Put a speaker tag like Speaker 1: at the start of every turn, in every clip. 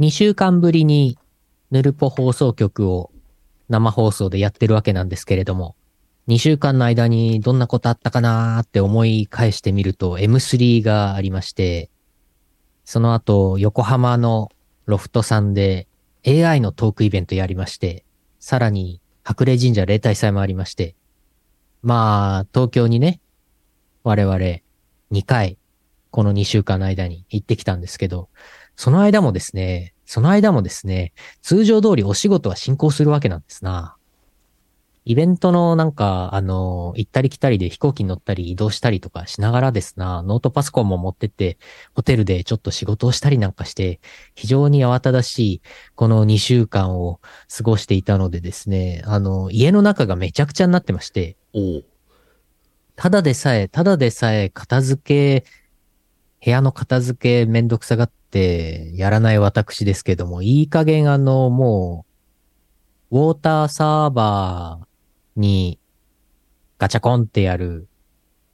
Speaker 1: 2週間ぶりにヌルポ放送局を生放送でやってるわけなんですけれども、2週間の間にどんなことあったかなーって思い返してみると M3 がありまして、その後横浜のロフトさんで AI のトークイベントやりまして、さらに白麗神社例大祭もありまして、まあ東京にね、我々2回この2週間の間に行ってきたんですけど、その間もですね、その間もですね、通常通りお仕事は進行するわけなんですな。イベントのなんか、あの、行ったり来たりで飛行機に乗ったり移動したりとかしながらですな、ノートパソコンも持ってって、ホテルでちょっと仕事をしたりなんかして、非常に慌ただしい、この2週間を過ごしていたのでですね、あの、家の中がめちゃくちゃになってまして、
Speaker 2: おう
Speaker 1: ただでさえ、ただでさえ片付け、部屋の片付けめんどくさがってやらない私ですけども、いい加減あの、もう、ウォーターサーバーにガチャコンってやる、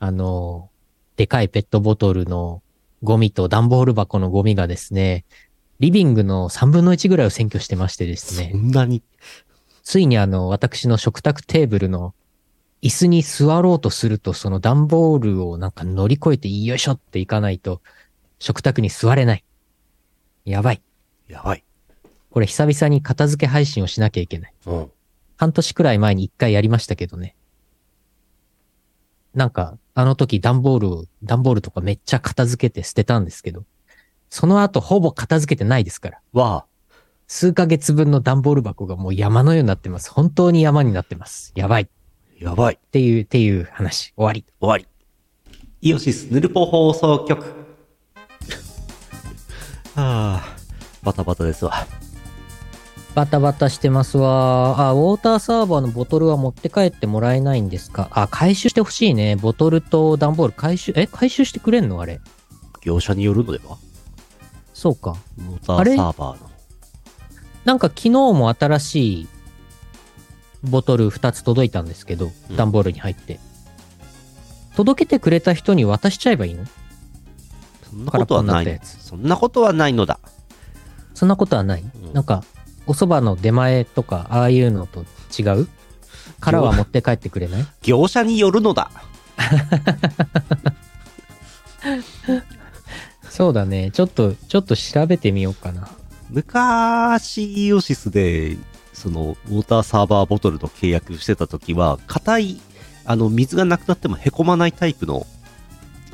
Speaker 1: あの、でかいペットボトルのゴミと段ボール箱のゴミがですね、リビングの3分の1ぐらいを占拠してましてですね
Speaker 2: そ。んなに。
Speaker 1: ついにあの、私の食卓テーブルの椅子に座ろうとすると、その段ボールをなんか乗り越えて、よいしょっていかないと、食卓に座れない。やばい。
Speaker 2: やばい。
Speaker 1: これ久々に片付け配信をしなきゃいけない。
Speaker 2: うん。
Speaker 1: 半年くらい前に一回やりましたけどね。なんか、あの時段ボールを、段ボールとかめっちゃ片付けて捨てたんですけど、その後ほぼ片付けてないですから。
Speaker 2: わ
Speaker 1: 数ヶ月分の段ボール箱がもう山のようになってます。本当に山になってます。やばい。
Speaker 2: あ、やばい。
Speaker 1: っていう、っていう話。終わり。
Speaker 2: 終わり。イオシスヌルポ放送局。は あ、バタバタですわ。
Speaker 1: バタバタしてますわ。あ、ウォーターサーバーのボトルは持って帰ってもらえないんですかあ、回収してほしいね。ボトルと段ボール回収、え、回収してくれんのあれ。
Speaker 2: 業者によるのでは
Speaker 1: そうか。
Speaker 2: モーターサーバーの。
Speaker 1: なんか昨日も新しいボトル2つ届いたんですけど、
Speaker 2: うん
Speaker 1: 段ボールに入って。届けてくれた人に渡しちゃえばいいの
Speaker 2: そんなことはな
Speaker 1: 空っぽになったや
Speaker 2: い。
Speaker 1: つ
Speaker 2: そんなことはないのだ。
Speaker 1: そんなことはない、
Speaker 2: うん
Speaker 1: なんか、お蕎麦の出前とか、ああいうのと違うからは持って帰ってくれない
Speaker 2: 業者によるのだ。
Speaker 1: そうだね。ちょっと、ちょっと調べてみようかな。
Speaker 2: 昔、イオシスで、その、ウォーターサーバーボトルの契約してた時は、硬い、あの、水がなくなっても凹まないタイプの、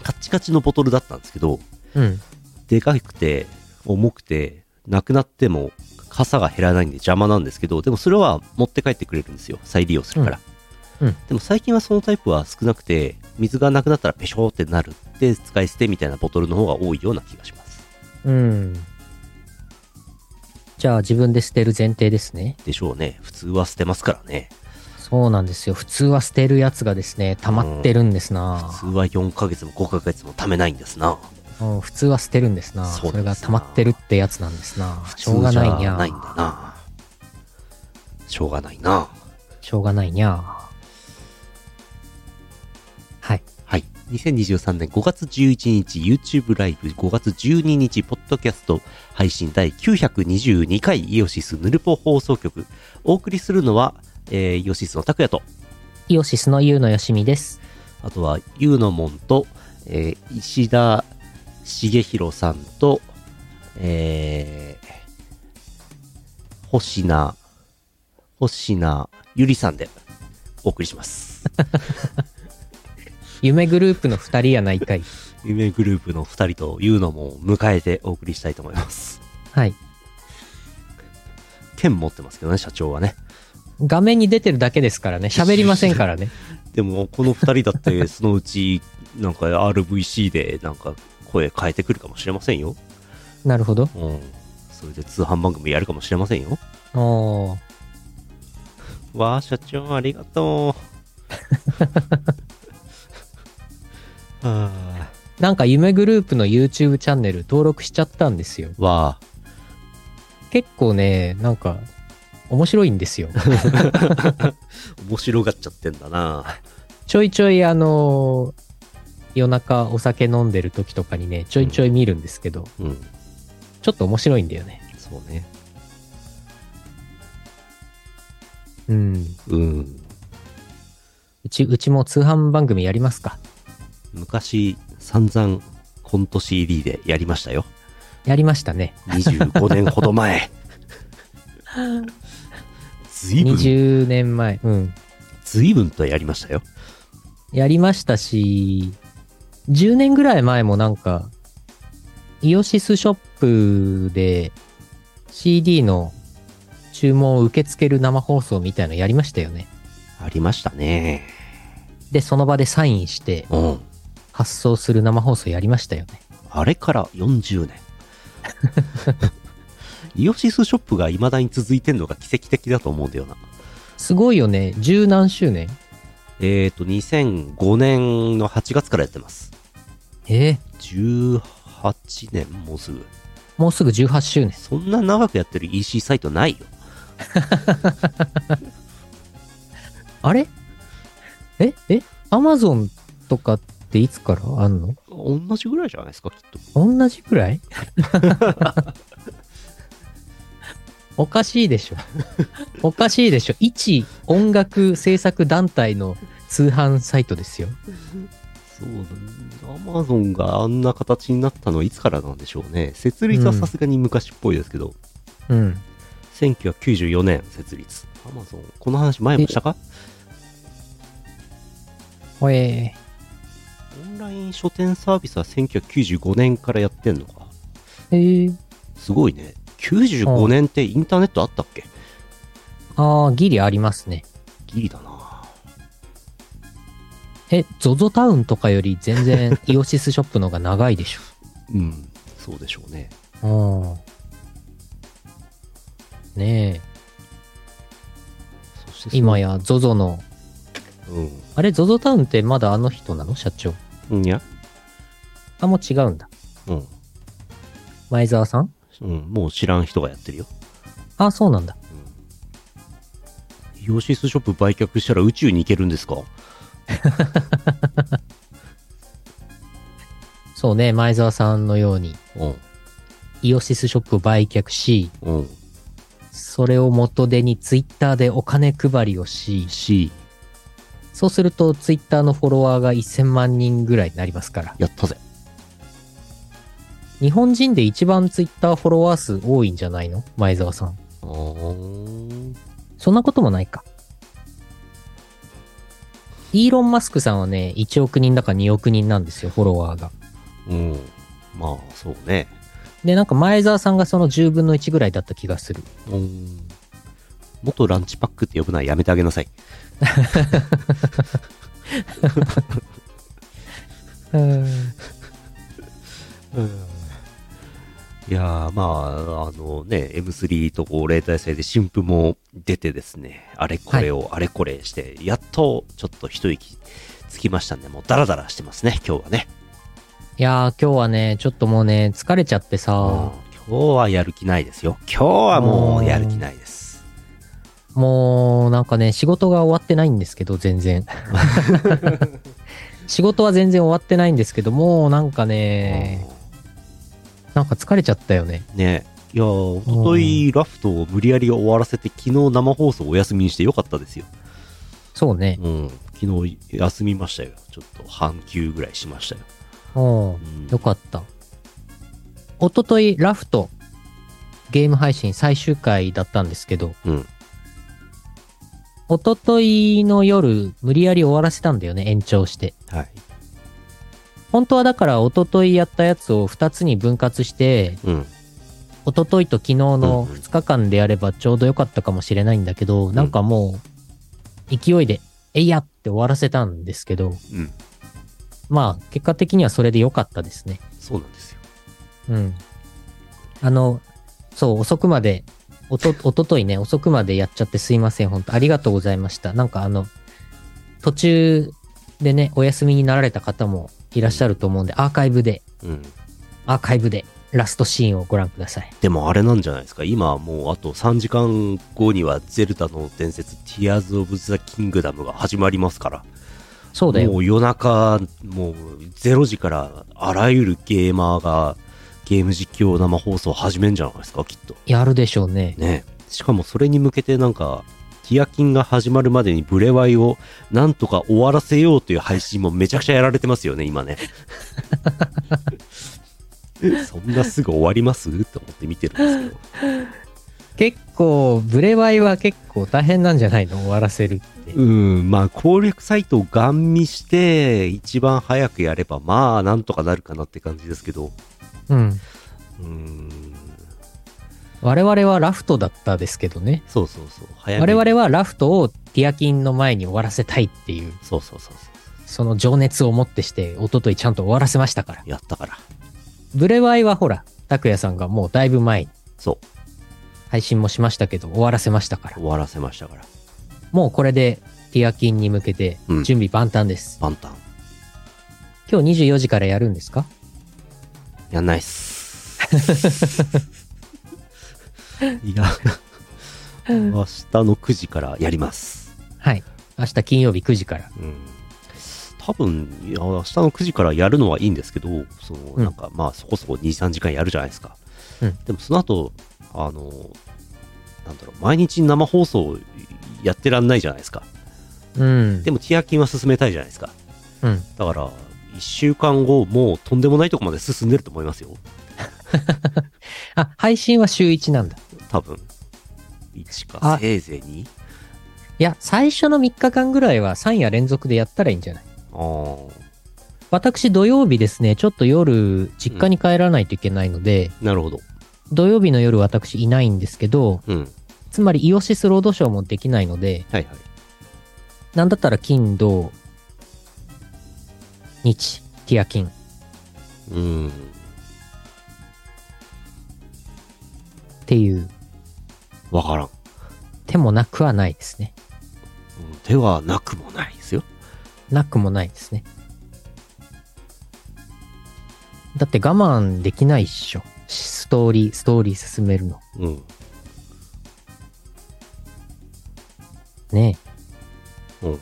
Speaker 2: カッチカチのボトルだったんですけど、
Speaker 1: うん。
Speaker 2: でかくて、重くて、なくなっても、傘が減らないんで邪魔なんですけど、でもそれは持って帰ってくれるんですよ。再利用するから。
Speaker 1: うんうん
Speaker 2: でも最近はそのタイプは少なくて、水がなくなったらペショーってなるって、使い捨てみたいなボトルの方が多いような気がします。
Speaker 1: うん。じゃあ自分で捨てる前提ですね。
Speaker 2: でしょうね。普通は捨てますからね。
Speaker 1: そうなんですよ。普通は捨てるやつがですね、溜まってるんですな。
Speaker 2: 普通は4ヶ月も5ヶ月も貯めないんですな。
Speaker 1: うん、普通は捨てるんですな。そ
Speaker 2: そうなん
Speaker 1: れ
Speaker 2: で
Speaker 1: が
Speaker 2: すな
Speaker 1: 溜まってるってやつなんですな。
Speaker 2: 普
Speaker 1: しょうが
Speaker 2: 通じ
Speaker 1: ないに
Speaker 2: ゃ
Speaker 1: ゃ
Speaker 2: ないんだな。しょうがないな。
Speaker 1: しょうがないにゃはい。
Speaker 2: はい。2023年5月11日 YouTube ライブ5月12日ポッドキャスト配信第922回イオシスヌルポ放送局お送りするのは、えーイオシスの拓也と
Speaker 1: イオシスのユウのよしみです。
Speaker 2: あとはユーノモンと、えー石田茂弘さんと、えー星名星名ゆりさんでお送りします。
Speaker 1: 夢グループの二人やないかい。
Speaker 2: 夢グループの2人というのも迎えてお送りしたいと思います。
Speaker 1: はい。
Speaker 2: 剣持ってますけどね、社長はね。
Speaker 1: 画面に出てるだけですからね。喋りませんから ね。
Speaker 2: でも、この2人だって、 そのうち、なんか RVC で、なんか声変えてくるかもしれませんよ。
Speaker 1: なるほど。
Speaker 2: うん。それで通販番組やるかもしれませんよ。
Speaker 1: おー。
Speaker 2: わあ、社長ありがと う。は
Speaker 1: なんか夢グループの YouTube チャンネル登録しちゃったんですよ。
Speaker 2: あ。わ
Speaker 1: 結構ね、なんか、面白いんです よ。
Speaker 2: あ、面白がっちゃってんだな。
Speaker 1: ちょいちょいあのー夜中お酒飲んでる時とかにね、ちょいちょい見るんですけど、
Speaker 2: うん。
Speaker 1: ちょっと面白いんだよね。
Speaker 2: そうね。
Speaker 1: うん。
Speaker 2: うん。
Speaker 1: うち、うちも通販番組やりますか
Speaker 2: 昔、散々コント CD でやりましたよ。
Speaker 1: やりましたね。
Speaker 2: 25年ほど 前。ずいぶん、
Speaker 1: 20年前。うん。
Speaker 2: ずいぶんとやりましたよ。
Speaker 1: やりましたし、10年ぐらい前もなんか、イオシスショップで CD の注文を受け付ける生放送みたいのやりましたよね。
Speaker 2: ありましたね。
Speaker 1: で、その場でサインして
Speaker 2: うん。
Speaker 1: 発送する生放送やりましたよね。
Speaker 2: あれから40年。 イオシスショップが未だに続いてんのが奇跡的だと思うんだよな。
Speaker 1: すごいよね。十何周年
Speaker 2: えっ、ー、と、2005年の8月からやってます。
Speaker 1: えー
Speaker 2: 18年もうすぐ。
Speaker 1: もうすぐ18周年。
Speaker 2: そんな長くやってる EC サイトないよ。
Speaker 1: あれええアマゾンとかっていつからあんの
Speaker 2: 同じぐらいじゃないですか、きっと。
Speaker 1: 同じくら いおかしいでしょ。おかしいでしょ。一音楽制作団体の通販サイトですよ。
Speaker 2: そうだね。アマゾンがあんな形になったのはいつからなんでしょうね。設立はさすがに昔っぽいですけど、
Speaker 1: うん。
Speaker 2: 1994年設立。アマゾン、この話前もしたか
Speaker 1: ほえ
Speaker 2: オンライン書店サービスは1995年からやってんのか。
Speaker 1: ー。えー、
Speaker 2: すごいね。95年ってインターネットあったっけ
Speaker 1: ああ、ギリありますね。
Speaker 2: ギリだな。
Speaker 1: え、ゾゾタウンとかより全然イオシスショップの方が長いでし ょ。
Speaker 2: うん、そうでしょうね。
Speaker 1: うん。ねえ、
Speaker 2: そしてその
Speaker 1: 今。やゾゾの、あれ、ゾゾタウンってまだあの人なの社長。
Speaker 2: うん。いや、
Speaker 1: あ、もう違うんだ。
Speaker 2: うん。
Speaker 1: 前澤さん
Speaker 2: うん、もう知らん人がやってるよ。
Speaker 1: あ、そうなんだ。
Speaker 2: イオシスショップ売却したら宇宙に行けるんですか
Speaker 1: そうね、前澤さんのように、
Speaker 2: うん、
Speaker 1: イオシスショップを売却し、
Speaker 2: うん。
Speaker 1: それを元手にツイッターでお金配りをし、
Speaker 2: し、
Speaker 1: そうするとツイッターのフォロワーが1000万人ぐらいになりますから。
Speaker 2: やったぜ。
Speaker 1: 日本人で一番ツイッターフォロワー数多いんじゃないの前澤さん。
Speaker 2: あー
Speaker 1: そんなこともないか。イーロン・マスクさんはね、1億人だか2億人なんですよ、フォロワーが。
Speaker 2: うん。まあ、そうね。
Speaker 1: で、なんか前澤さんがその10分の1ぐらいだった気がする。
Speaker 2: うん。元ランチパックって呼ぶのはやめてあげなさい。いやー、まあ、あのね、M3 とこう例大祭で新婦も出てですね、あれこれをあれこれして、やっとちょっと一息つきましたんで、もうダラダラしてますね、今日はね。
Speaker 1: いやー、今日はね、ちょっともうね、疲れちゃって
Speaker 2: うん
Speaker 1: さ、
Speaker 2: 今日はやる気ないですよ。今日はもうやる気ないです。
Speaker 1: もうなんかね、仕事が終わってないんですけど、全 然。仕事は全然終わってないんですけど、もうなんかね、なんか疲れちゃったよね。
Speaker 2: ねいやー、おとといラフトを無理やり終わらせて、昨日生放送お休みにしてよかったですよ。
Speaker 1: そうね。
Speaker 2: うん、昨日休みましたよ。ちょっと半休ぐらいしましたよ。
Speaker 1: うん
Speaker 2: う。ん
Speaker 1: よかった。おととい、ラフト、ゲーム配信最終回だったんですけど、
Speaker 2: うん。
Speaker 1: おとといの夜、無理やり終わらせたんだよね、延長して。
Speaker 2: はい。
Speaker 1: 本当はだから、おとといやったやつを2つに分割して、
Speaker 2: うん。
Speaker 1: 一昨日と昨日
Speaker 2: うんうん
Speaker 1: の2日間でやればちょうど良かったかもしれないんだけど、なんかもう、勢いで、えいやって終わらせたんですけど、
Speaker 2: うん。
Speaker 1: まあ、結果的にはそれで良かったですね。
Speaker 2: そうなんですよ。
Speaker 1: うん。あの、そう、遅くまで、おと、おとといね、遅くまでやっちゃってすいません、本当ありがとうございました。なんかあの、途中でね、お休みになられた方もいらっしゃると思うんで、アーカイブで、
Speaker 2: うん。
Speaker 1: アーカイブで、ラストシーンをご覧ください。
Speaker 2: でもあれなんじゃないですか今もうあと3時間後にはゼルダの伝説「ティアーズ・オブ・ザ・キングダム」が始まりますから
Speaker 1: そうだよ
Speaker 2: も。う夜中もう0時からあらゆるゲーマーがゲーム実況生放送始めんじゃないですか、きっと。
Speaker 1: やるでしょうね。
Speaker 2: ねしかもそれに向けてなんか、ティアキンが始まるまでにブレワイをなんとか終わらせようという配信もめちゃくちゃやられてますよね、今ね。 そんなすぐ終わりますと思って見てるんですけど。
Speaker 1: 結構、ブレワイは結構大変なんじゃないの終わらせるって。
Speaker 2: うん、まあ攻略サイトをガン見して、一番早くやれば、まあなんとかなるかなって感じですけど、
Speaker 1: うん。
Speaker 2: うん、
Speaker 1: 我々はラフトだったですけどね。
Speaker 2: そうそうそう、早
Speaker 1: 我
Speaker 2: めに
Speaker 1: 々はラフトをティアキンの前に終わらせたいっていう、
Speaker 2: そうそうそうそ
Speaker 1: その情熱をもってして、一昨日ちゃんと終わらせましたから。
Speaker 2: う、やったから。
Speaker 1: ブレワイはほら、拓也さんがもうだいぶ前に
Speaker 2: そう、
Speaker 1: 配信もしましたけど、終わらせましたから
Speaker 2: 終。わらせましたから。
Speaker 1: もうこれで、ティアキンに向けて
Speaker 2: うん
Speaker 1: 準備万端です。
Speaker 2: パンタン。
Speaker 1: 今日24時からやるんですか
Speaker 2: やんないっす。 いや、明日の9時からやります。
Speaker 1: はい。明日金曜日9時から。
Speaker 2: うん。多分、いや明日の9時からやるのはいいんですけど、その、
Speaker 1: うん
Speaker 2: なんか、まあ、そこそこ2、3時間やるじゃないですか。
Speaker 1: うん
Speaker 2: でも、その後、あの、なんだろう、毎日生放送やってらんないじゃないですか。
Speaker 1: うん。
Speaker 2: でも、ティアキンは進めたいじゃないですか。
Speaker 1: うん。
Speaker 2: だから、1週間後、もうとんでもないとこまで進んでると思いますよ。
Speaker 1: あ、配信は週1なんだ。
Speaker 2: 多分。1
Speaker 1: あ
Speaker 2: か、せいぜい2。
Speaker 1: いや、最初の3日間ぐらいは3夜連続でやったらいいんじゃない
Speaker 2: あ
Speaker 1: 私土曜日ですね、ちょっと夜、実家に帰らないといけないので、
Speaker 2: あ、なるほど。
Speaker 1: 土曜日の夜私いないんですけど、
Speaker 2: うん。
Speaker 1: つまりイオシスロードショーもできないので、
Speaker 2: はいはい。
Speaker 1: なんだったら金、土、日、ティア金。
Speaker 2: うん。
Speaker 1: っていう
Speaker 2: わからん。うん
Speaker 1: 手もなくはないですね。
Speaker 2: ではなくもないですよ。
Speaker 1: なくもないですね。だって我慢できないっしょ。ストーリー、ストーリー進めるの。
Speaker 2: うん。
Speaker 1: ねえ
Speaker 2: うん。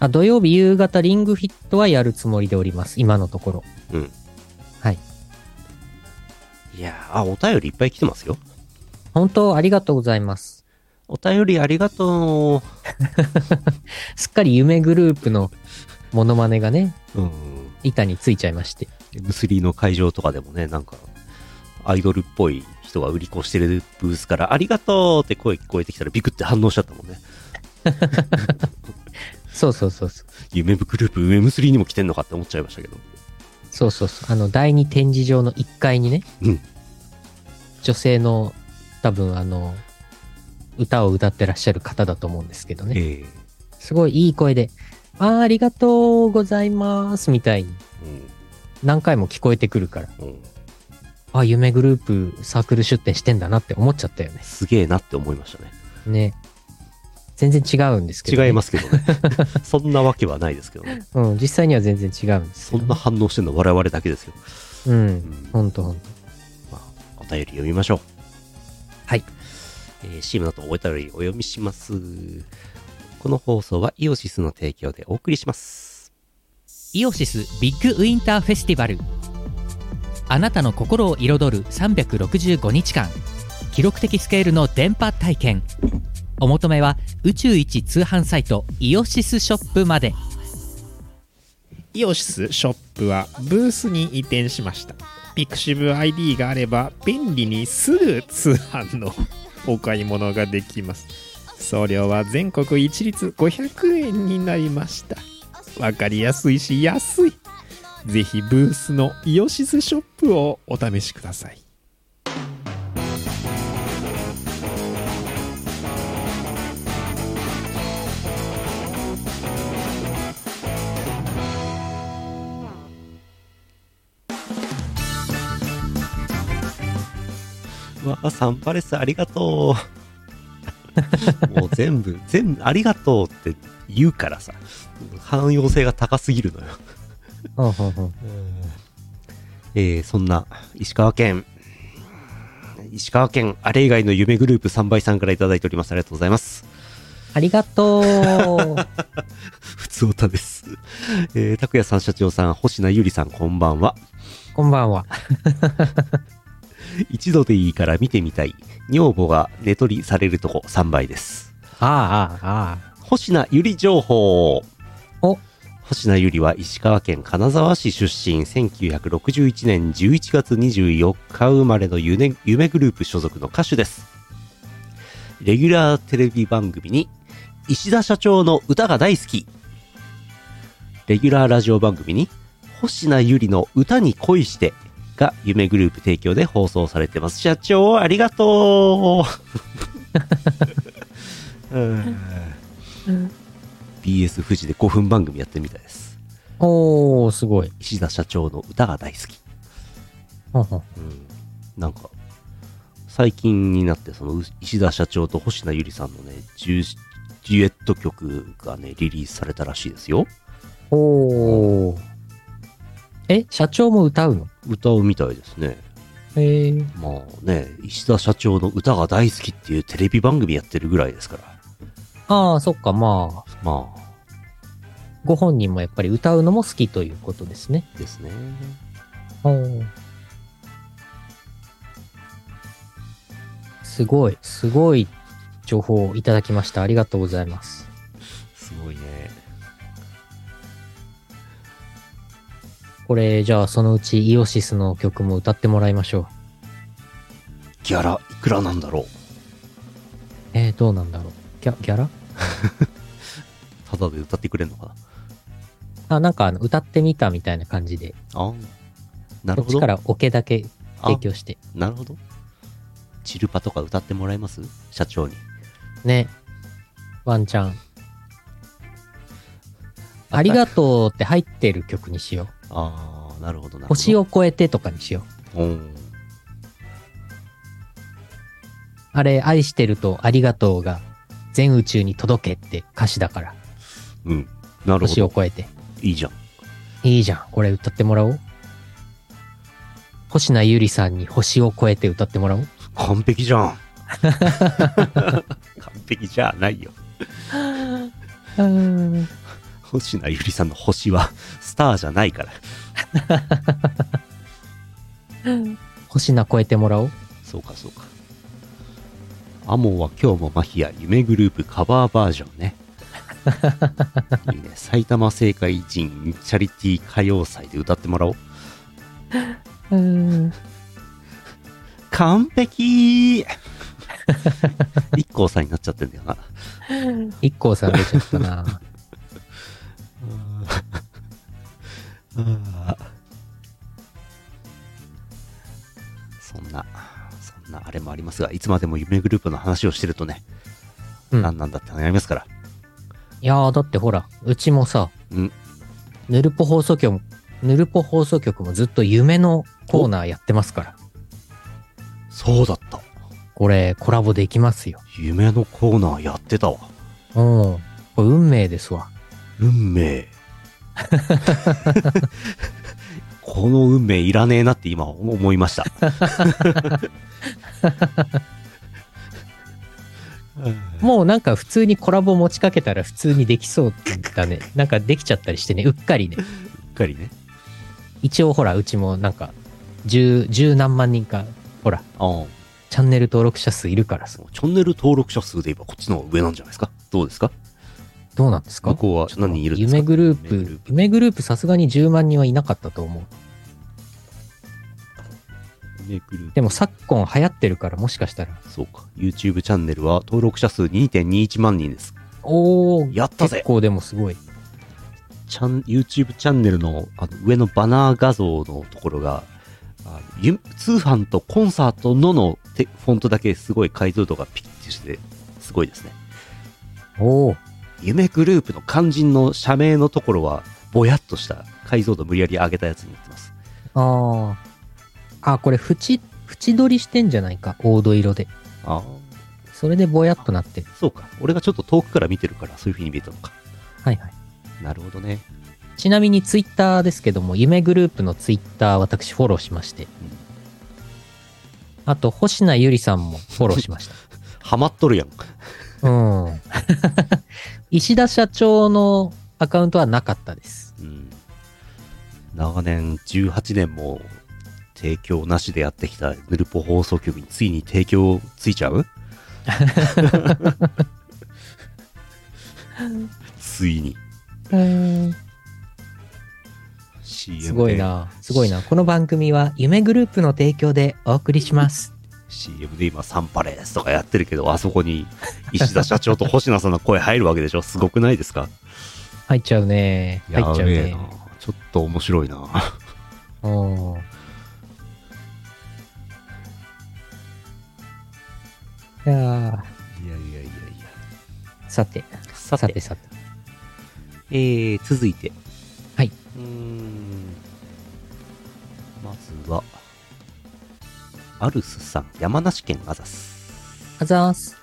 Speaker 1: あ、土曜日夕方リングフィットはやるつもりでおります。今のところ。
Speaker 2: うん。
Speaker 1: はい。
Speaker 2: いやーあ、お便りいっぱい来てますよ。
Speaker 1: 本当ありがとうございます。
Speaker 2: お便りありがと
Speaker 1: すっかり夢グループのモノマネがね、
Speaker 2: う。うん。
Speaker 1: 板についちゃいまして。
Speaker 2: M3 の会場とかでもね、なんか、アイドルっぽい人が売り越してるブースから、ありがとうって声聞こえてきたら、ビクって反応しちゃったもんね。
Speaker 1: そうそうそうそう。
Speaker 2: 夢部グループ M3 にも来てんのかって思っちゃいましたけど。
Speaker 1: そうそうそう。あの、第二展示場の1階にね、
Speaker 2: うん
Speaker 1: 女性の、多分あの、歌を歌ってらっしゃる方だと思うんですけどね。
Speaker 2: ええ
Speaker 1: すごいいい声で、あーありがとうございますみたいに何回も聞こえてくるから、
Speaker 2: うん。うん。
Speaker 1: あ、夢グループサークル出展してんだなって思っちゃったよね。
Speaker 2: すげえなって思いましたね。
Speaker 1: ね。全然違うんですけど、。
Speaker 2: 違いますすけどね。 そんなわけはないですけどね。
Speaker 1: うん、実際には全然違うんです
Speaker 2: そ
Speaker 1: けど
Speaker 2: んな反応してるの我々だけですよ。
Speaker 1: うん。ほんとほんと。
Speaker 2: まあ、お便り読みましょう。
Speaker 1: はい。
Speaker 2: えー、CM の後お便りお読みします。この放送はイオシスの提供でお送りします。
Speaker 3: イオシスビッグウィンターフェスティバルあなたの心を彩る365日間記録的スケールの電波体験お求めは宇宙一通販サイトイオシスショップまで
Speaker 4: イオシスショップはブースに移転しました。ピクシブ ID があれば便利にすぐ通販のお買い物ができます。送料は全国一律500円になりました。わかりやすいし安い。ぜひブースのイオシスショップをお試しください。
Speaker 2: わあ、サンパレスありがとう。もう全部、 全部ありがとうって言うからさ、汎用性が高すぎるのよ。
Speaker 1: うんうんうん。
Speaker 2: えーそんな石川県石川県あれ以外の夢グループ3倍さんからいただいておりますありがとうございます
Speaker 1: ありがとう。
Speaker 2: 普通おたです、えー、拓也さん社長さん星名ゆりさんこんばんは
Speaker 1: ここんばんは。
Speaker 2: 一度でいいから見てみたい。女房が寝取りされるとこ3倍です。
Speaker 1: ああ、ああ、あ
Speaker 2: 星名ゆり情報。
Speaker 1: お
Speaker 2: 星名ゆりは石川県金沢市出身、1961年11月24日生まれの夢夢グループ所属の歌手です。レギュラーテレビ番組に、石田社長の歌が大好き。レギュラーラジオ番組に、星名ゆりの歌に恋してが夢グループ提供で放送されてます。社長、ありがとううん。BS 富士で5分番組やってるみたいです。
Speaker 1: あ。おー、すごい。
Speaker 2: 石田社長の歌が大好き。
Speaker 1: ほんほん
Speaker 2: うん。なんか、最近になって、そのう石田社長と星名ゆりさんのね、ジュデュエット曲がね、リリースされたらしいですよ。
Speaker 1: おー。え、社長も歌うの
Speaker 2: 歌うみたいですね。
Speaker 1: へえ。
Speaker 2: まあね、石田社長の歌が大好きっていうテレビ番組やってるぐらいですから。
Speaker 1: ああ、そっか、まあ、
Speaker 2: ま
Speaker 1: ご本人もやっぱり歌うのも好きということですね。
Speaker 2: あ、ですね。
Speaker 1: おーすごい、すごい情報をいただきました。ありがとうございます。
Speaker 2: すごいね。
Speaker 1: これ、じゃあ、そのうちイオシスの曲も歌ってもらいましょう。
Speaker 2: ギャラ、いくらなんだろう。
Speaker 1: えー、どうなんだろう。ギャギャラ
Speaker 2: ただで歌ってくれるのかな。
Speaker 1: あ、なんかあの歌ってみたみたいな感じで、
Speaker 2: あなる
Speaker 1: こっ
Speaker 2: ほ
Speaker 1: ち
Speaker 2: ど
Speaker 1: か。らオケだけ
Speaker 2: あ
Speaker 1: 提供して。
Speaker 2: なるほど。チルパとか歌ってもらえます社長に。
Speaker 1: ね。ワンチャン。
Speaker 2: あ
Speaker 1: ありがとうって入ってる曲にしよ
Speaker 2: ああ、なるほどなるほど。
Speaker 1: う。星。を超えてとかにしよう。
Speaker 2: うん。
Speaker 1: あれ、愛してるとありがとうが全宇宙に届けって歌詞だから。
Speaker 2: うん。なるほ
Speaker 1: 星
Speaker 2: ど。
Speaker 1: を超えて。
Speaker 2: いいじゃん。
Speaker 1: いいじゃん。これ歌ってもらおう。星名ゆりさんに星を超えて歌ってもらおう。
Speaker 2: 完璧じゃん。 完璧じゃないよ。
Speaker 1: うん。
Speaker 2: 星名ゆりさんの星はスターじゃないから。
Speaker 1: 星名超えてもらおう。
Speaker 2: そうかそうか。アモは今日もマヒア夢グループカバーバージョン ね。いいね。埼玉政界人チャリティー歌謡祭で歌ってもらおう。
Speaker 1: うん。
Speaker 2: 完 璧一光さんになっちゃってんだよな。
Speaker 1: 一光さん出ちゃったな。
Speaker 2: あーそんな、そんなあれもありますが、いつまでも夢グループの話をしてるとね、
Speaker 1: うん
Speaker 2: 何なんだってなりますから。
Speaker 1: いやー、だってほら、うちもさ、
Speaker 2: うん
Speaker 1: ぬるぽ放送局も、ぬるぽ放送局もずっと夢のコーナーやってますから、
Speaker 2: そうだった。
Speaker 1: これコラボできますよ。
Speaker 2: 夢のコーナーやってたわ。
Speaker 1: うん。これ運命ですわ。
Speaker 2: 運 命。この運命いらねえなって今思いま した。
Speaker 1: もうなんか普通にコラボ持ちかけたら普通にできそうだね。なんかできちゃったりしてね、うっかりね。
Speaker 2: うっかりね。
Speaker 1: 一応ほら、うちもなんか、十、十何万人か、ほら、
Speaker 2: ああ。
Speaker 1: チャンネル登録者数いるからさ。
Speaker 2: チャンネル登録者数で言えばこっちの方が上なんじゃないですかどうですか
Speaker 1: どうなんですか
Speaker 2: 向こうは何人いるんですか
Speaker 1: 夢グル
Speaker 2: 夢グルー
Speaker 1: ープ
Speaker 2: プ、
Speaker 1: 夢グループさすがに10万人はいなかったと思う。
Speaker 2: 夢グループ
Speaker 1: でも昨今流行ってるからもしかしたら。
Speaker 2: そうか YouTube チャンネルは登録者数2.21万人です
Speaker 1: おー、
Speaker 2: やったぜ
Speaker 1: 結構でもすごい。
Speaker 2: チャン YouTube チャンネルのあの上のバナー画像のところがあのゆ通販とコンサートののてフォントだけすごい解像度がピッてしてすごいですね
Speaker 1: おー、
Speaker 2: 夢グループの肝心の社名のところはぼやっとした解像度無理やり上げたやつになってます
Speaker 1: あー。あ、これ縁、縁取りしてんじゃないか。黄土色で。
Speaker 2: ああ
Speaker 1: それでぼやっとなってる。
Speaker 2: そうか俺がちょっと遠くから見てるからそういう風に見えたのか
Speaker 1: はいはい。
Speaker 2: なるほどね
Speaker 1: ちなみにツイッターですけども、夢グループのツイッター私フォローしまして。あと、星名ゆりさんもフォローしました。
Speaker 2: ハマっとるやん
Speaker 1: うん。石田社長のアカウントはなかったです。
Speaker 2: うん長年18年も提供なしでやってきたヌルポ放送局についに提供ついちゃうついに CM です
Speaker 1: ごいな。すごいな。この番組は夢グループの提供でお送りします。
Speaker 2: CM で今サンパレースとかやってるけどあそこに石田社長と星名さんの声入るわけでしょすごくないですか
Speaker 1: 入っちゃうね。入っちゃう
Speaker 2: やべえ
Speaker 1: ね
Speaker 2: な。ちょっと面白いな
Speaker 1: うん。いやー
Speaker 2: いやいやいやいや
Speaker 1: さて、
Speaker 2: さ
Speaker 1: さ
Speaker 2: て
Speaker 1: てさて。
Speaker 2: えー、続いて
Speaker 1: はいう
Speaker 2: ーんまずはアルスさん山梨県アザス
Speaker 1: あざーす。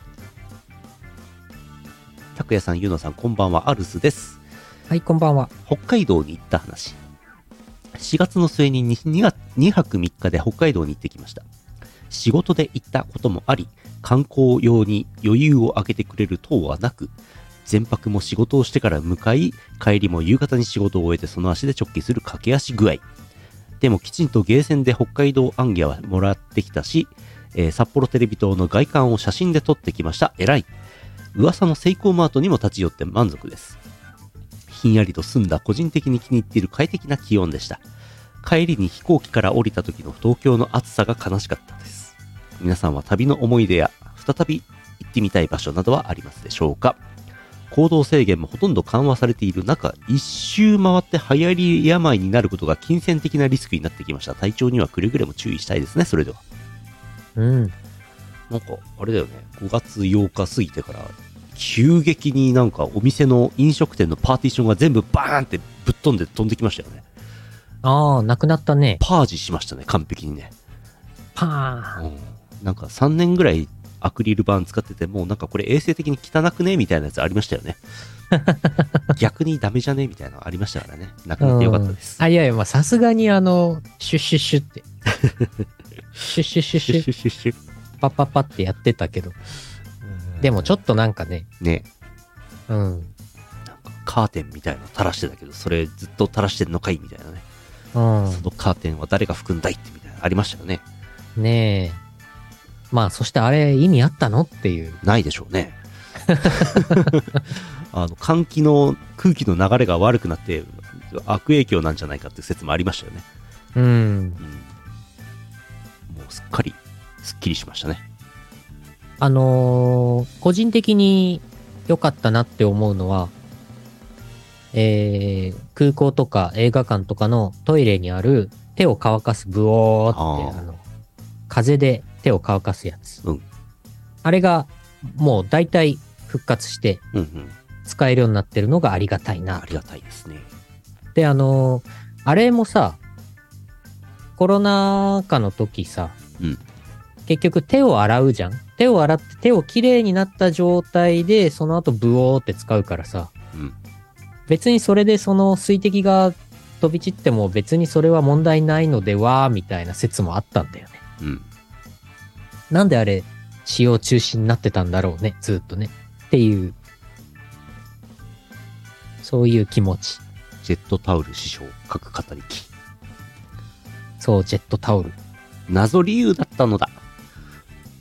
Speaker 2: 拓也さんゆうのさんこんばんはアルスです
Speaker 1: はい、こんばんは。
Speaker 2: 北海道に行った話4月の末に 2, 月2泊3日で北海道に行ってきました仕事で行ったこともあり観光用に余裕を空けてくれる等はなく前泊も仕事をしてから向かい帰りも夕方に仕事を終えてその足で直帰する駆け足具合でもきちんとゲーセンで北海道アンギャはもらってきたし、えー札幌テレビ塔の外観を写真で撮ってきました偉い噂のセイコーマートにも立ち寄って満足ですひんやりと澄んだ個人的に気に入っている快適な気温でした。帰りに飛行機から降りた時の東京の暑さが悲しかったです。皆さんは旅の思い出や再び行ってみたい場所などはありますでしょうか行動制限もほとんど緩和されている中、一周回って流行り病になることが金銭的なリスクになってきました。体調にはくれぐれも注意したいですね、それでは。
Speaker 1: うん。
Speaker 2: なんか、あれだよね、5月8日過ぎてから、急激になんかお店の飲食店のパーティションが全部バーンってぶっ飛んで飛んできましたよね。
Speaker 1: ああ、なくなったね。
Speaker 2: パージしましたね、完璧にね。
Speaker 1: パーン。
Speaker 2: うん、なんか3年ぐらいアクリル板使ってて、もうなんかこれ衛生的に汚くねみたいなやつありましたよ ね。逆にダメじゃねみたいなのありましたからね。なくなってよかったです。
Speaker 1: うんあ、いやいや、まあ、さすがにあの、シュッシュッシュ って。シュッシュッシュッシ
Speaker 2: シュッシ
Speaker 1: ュ
Speaker 2: ュッシュッシュッ
Speaker 1: パッパッパってやってたけど。でもちょっとなんかね、
Speaker 2: ね、
Speaker 1: うん。
Speaker 2: なんかカーテンみたいなの垂らしてたけど、それずっと垂らしてんのかいみたいなね。
Speaker 1: うん。
Speaker 2: そのカーテンは誰が拭くんだいってみたいなのありましたよね。
Speaker 1: ねえ。まあ、そしてあれ、意味あったのっていう。
Speaker 2: ないでしょうね。 あの換気の空気の流れが悪くなって悪影響なんじゃないかっていう説もありましたよね、
Speaker 1: うん
Speaker 2: う。ん、もうすっかりすっきりしましたね
Speaker 1: あのー個人的に良かったなって思うのは、えー、空港とか映画館とかのトイレにある手を乾かすブオーって、
Speaker 2: あー
Speaker 1: あの、風で手を乾かすやつ。
Speaker 2: うん
Speaker 1: あれが、もう大体復活して
Speaker 2: うんうん
Speaker 1: 使えるようになってるのがありがたいな
Speaker 2: あ。りがたいですね
Speaker 1: で、あのーあれもさ、コロナ禍の時さ、
Speaker 2: うん
Speaker 1: 結局手を洗うじゃん手を洗って手をきれいになった状態で、その後ブオーって使うからさ、
Speaker 2: うん
Speaker 1: 別にそれでその水滴が飛び散っても別にそれは問題ないのでは、みたいな説もあったんだよね。
Speaker 2: うん
Speaker 1: なんであれ、使用中止になってたんだろうね、ずーっとね。っていう、そういう気持ち。
Speaker 2: ジェットタオル師匠各語りき
Speaker 1: そう、ジェットタオル。
Speaker 2: 謎理由だったのだ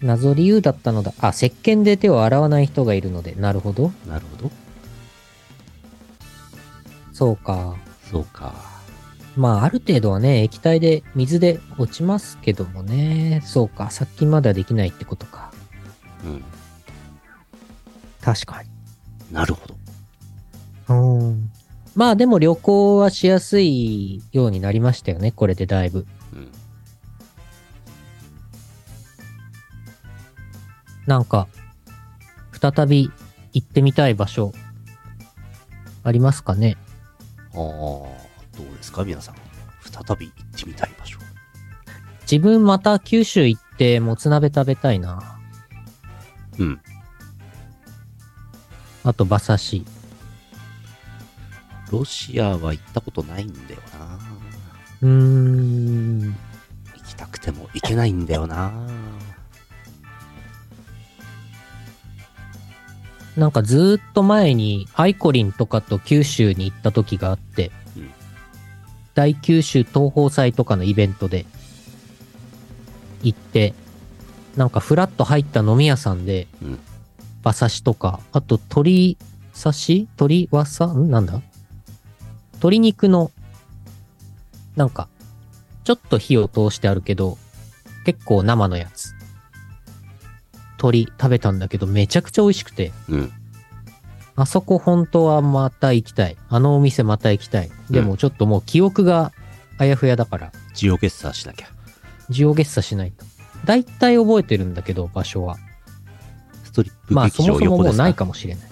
Speaker 1: 謎理由だったのだ。あ、石鹸で手を洗わない人がいるので、なるほど。
Speaker 2: なるほど
Speaker 1: そうか。
Speaker 2: そうか
Speaker 1: まあ、ある程度はね、液体で、水で落ちますけどもね。そうか。殺菌まではできないってことか。
Speaker 2: うん
Speaker 1: 確かに。
Speaker 2: なるほど
Speaker 1: うん。まあ、でも旅行はしやすいようになりましたよね。これでだいぶ。
Speaker 2: うん
Speaker 1: なんか、再び行ってみたい場所、ありますかね。
Speaker 2: ああどうですか皆さん再び行ってみたい場所
Speaker 1: 自分また九州行って、もつ鍋食べたいな。
Speaker 2: うん
Speaker 1: あと、馬刺し。
Speaker 2: ロシアは行ったことないんだよな
Speaker 1: うーん。
Speaker 2: 行きたくても行けないんだよな
Speaker 1: なんかずーっと前にアイコリンとかと九州に行った時があって、
Speaker 2: うん
Speaker 1: 大九州東宝祭とかのイベントで、行って、なんかフラッと入った飲み屋さんで
Speaker 2: うん、
Speaker 1: 馬刺しとか、あと鶏刺し鶏わさんなんだ鶏肉の、なんか、ちょっと火を通してあるけど、結構生のやつ。鶏食べたんだけど、めちゃくちゃ美味しくて。
Speaker 2: うん。
Speaker 1: あそこ本当はまた行きたい。あのお店また行きたい。でもちょっともう記憶があやふやだから、
Speaker 2: ジオゲッサーしなきゃ。
Speaker 1: ジオゲッサしないと。大体覚えてるんだけど、場所は。
Speaker 2: ストリップ
Speaker 1: まあそ
Speaker 2: 劇
Speaker 1: もそ
Speaker 2: 場
Speaker 1: も
Speaker 2: 横
Speaker 1: も
Speaker 2: で
Speaker 1: う
Speaker 2: す
Speaker 1: ない
Speaker 2: か。
Speaker 1: かもしれない。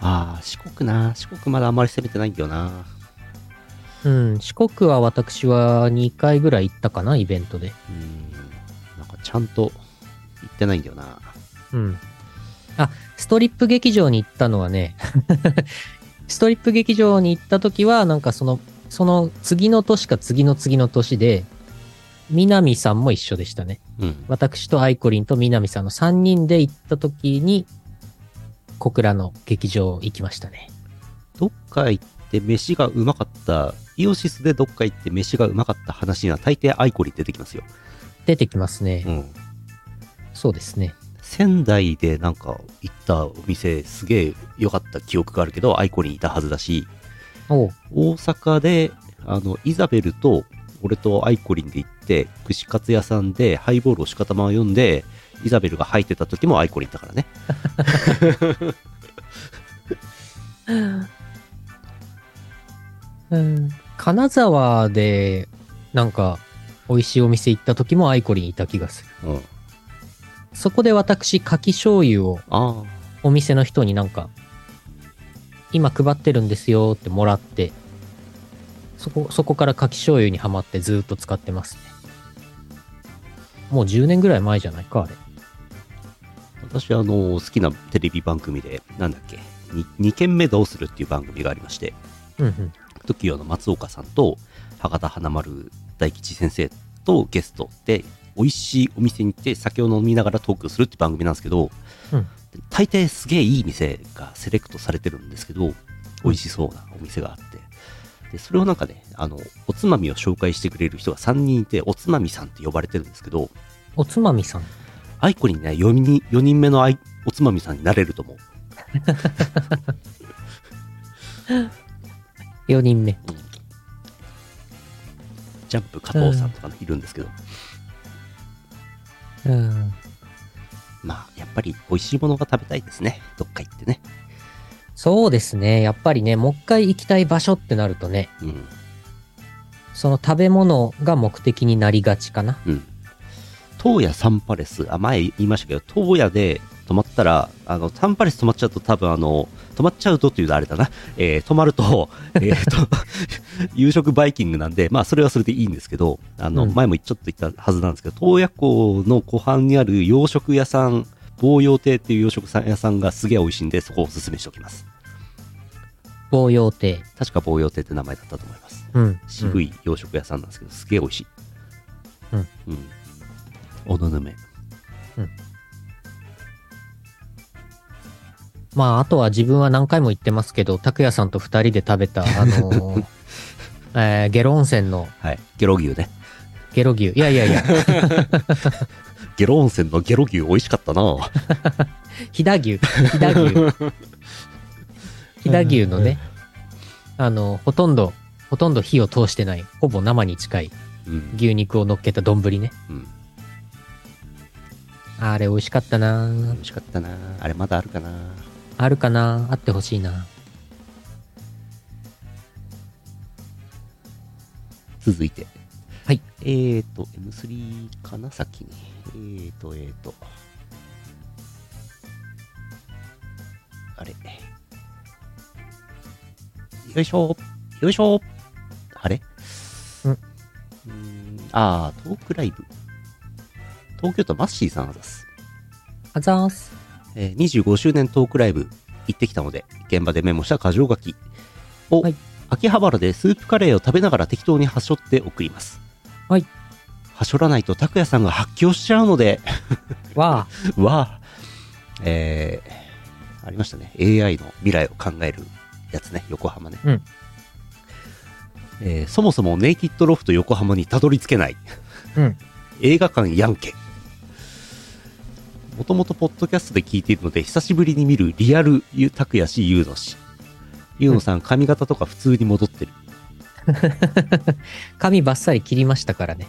Speaker 2: ああ、四国な。四国まだあんまり攻めてないんだよな。
Speaker 1: うん、四国は私は2回ぐらい行ったかな、イベントで。
Speaker 2: うん。なんかちゃんと行ってないんだよな。
Speaker 1: うん。あ、ストリップ劇場に行ったのはね、 ストリップ劇場に行った時は、なんかその、その次の年か次の次の年で、南さんも一緒でしたね。
Speaker 2: うん。
Speaker 1: 私とアイコリンと南さんの3人で行った時に、小倉の劇場行きましたね。
Speaker 2: どっか行って飯がうまかった、イオシスでどっか行って飯がうまかった話には大抵アイコリ出てきますよ。
Speaker 1: 出てきますね。
Speaker 2: うん。
Speaker 1: そうですね。
Speaker 2: 仙台でなんか行ったお店すげえ良かった記憶があるけど、アイコにいたはずだし、
Speaker 1: おう
Speaker 2: 大阪であのイザベルと俺とアイコリンで行って串カツ屋さんでハイボールをしかたま読んでイザベルが入ってた時もアイコリンだからね
Speaker 1: うん。金沢で、なんか、美味しいお店行った時もアイコリンいた気がする。
Speaker 2: うん
Speaker 1: そこで私、柿醤油を
Speaker 2: ああ
Speaker 1: お店の人になんか、今配ってるんですよってもらって、そこ、そこから柿醤油にはまってずーっと使ってますね。もう10年ぐらい前じゃないか、あれ。
Speaker 2: 私あの好きなテレビ番組でなんだっけ 2, 二軒目どうするっていう番組がありまして
Speaker 1: うんうん。
Speaker 2: TOKIO の松岡さんと博多華丸大吉先生とゲストで美味しいお店に行って酒を飲みながらトークをするって番組なんですけど、
Speaker 1: うん
Speaker 2: 大抵すげえいい店がセレクトされてるんですけど美味しそうなお店があってでそれをなんかねあのおつまみを紹介してくれる人が3人いておつまみさんって呼ばれてるんですけど
Speaker 1: おつまみさん。
Speaker 2: アイコにね 4, 人4人目のアイおつまみさんになれると思う
Speaker 1: 4人目。
Speaker 2: ジャンプ加藤さんとかね、いるんですけど
Speaker 1: うん。
Speaker 2: まあやっぱり美味しいものが食べたいですねどっか行ってね
Speaker 1: そうですね。やっぱりね、もう一回行きたい場所ってなるとね、
Speaker 2: うん
Speaker 1: その食べ物が目的になりがちかな。
Speaker 2: うん。東屋サンパレス、あ、前言いましたけど、東屋で泊まったら、あの、サンパレス泊まっちゃうと多分あの、泊まっちゃうとっていうのはあれだな。えー泊まると、えーと、 夕食バイキングなんで、まあそれはそれでいいんですけど、あの、
Speaker 1: うん
Speaker 2: 前もちょっと言ったはずなんですけど、東屋港の湖畔にある洋食屋さん、防洋亭っていう洋食屋さんがすげえ美味しいんで、そこをおすすめしておきます。
Speaker 1: 防洋亭。
Speaker 2: 確か防洋亭って名前だったと思います。
Speaker 1: うん。
Speaker 2: 渋
Speaker 1: い。
Speaker 2: い洋食屋さんなんですけど、すげえ美味しい。
Speaker 1: うん
Speaker 2: うん。おのぬめ。
Speaker 1: まあ、あとは自分は何回も行ってますけど、拓也さんと二人で食べた、あの ーえーゲロ温泉の
Speaker 2: はい。ゲロ牛ね。
Speaker 1: ゲロ牛。いやいやいや、
Speaker 2: ゲロ温泉のゲロ牛美味しかった な。
Speaker 1: 飛騨牛。飛騨 牛。飛騨牛のね、あの、ほとんど、ほとんど火を通してない、ほぼ生に近い
Speaker 2: うん。
Speaker 1: 牛肉を乗っけた丼ね。
Speaker 2: うん。
Speaker 1: あれ美味しかったな
Speaker 2: 美
Speaker 1: ぁ
Speaker 2: 味しかったな。あれまだあるかな。
Speaker 1: あるかなあってほしいな
Speaker 2: 続いて。
Speaker 1: はい。
Speaker 2: えーと、M3 かな先に。えーと、えーと。あれ。よいしょ。よいしょ。あれ
Speaker 1: うん
Speaker 2: うーん。あー、トークライブ。東京都マッシーさんあざす。
Speaker 1: あざーす。
Speaker 2: えー25周年トークライブ行ってきたので現場でメモした箇条書きを、
Speaker 1: はい
Speaker 2: 秋葉原でスープカレーを食べながら適当にはしょって送ります
Speaker 1: はい
Speaker 2: はしょらないと拓也さんが発狂しちゃうので
Speaker 1: わ
Speaker 2: わあえーありましたね AI の未来を考えるやつね横浜ね
Speaker 1: うん
Speaker 2: えーそもそもネイキッドロフト横浜にたどり着けない
Speaker 1: うん。
Speaker 2: 映画館やんけもともとポッドキャストで聞いているので久しぶりに見るリアルゆたくやしゆうの氏ゆうのさん髪型とか普通に戻ってる、
Speaker 1: 髪バッサリ切りましたからね。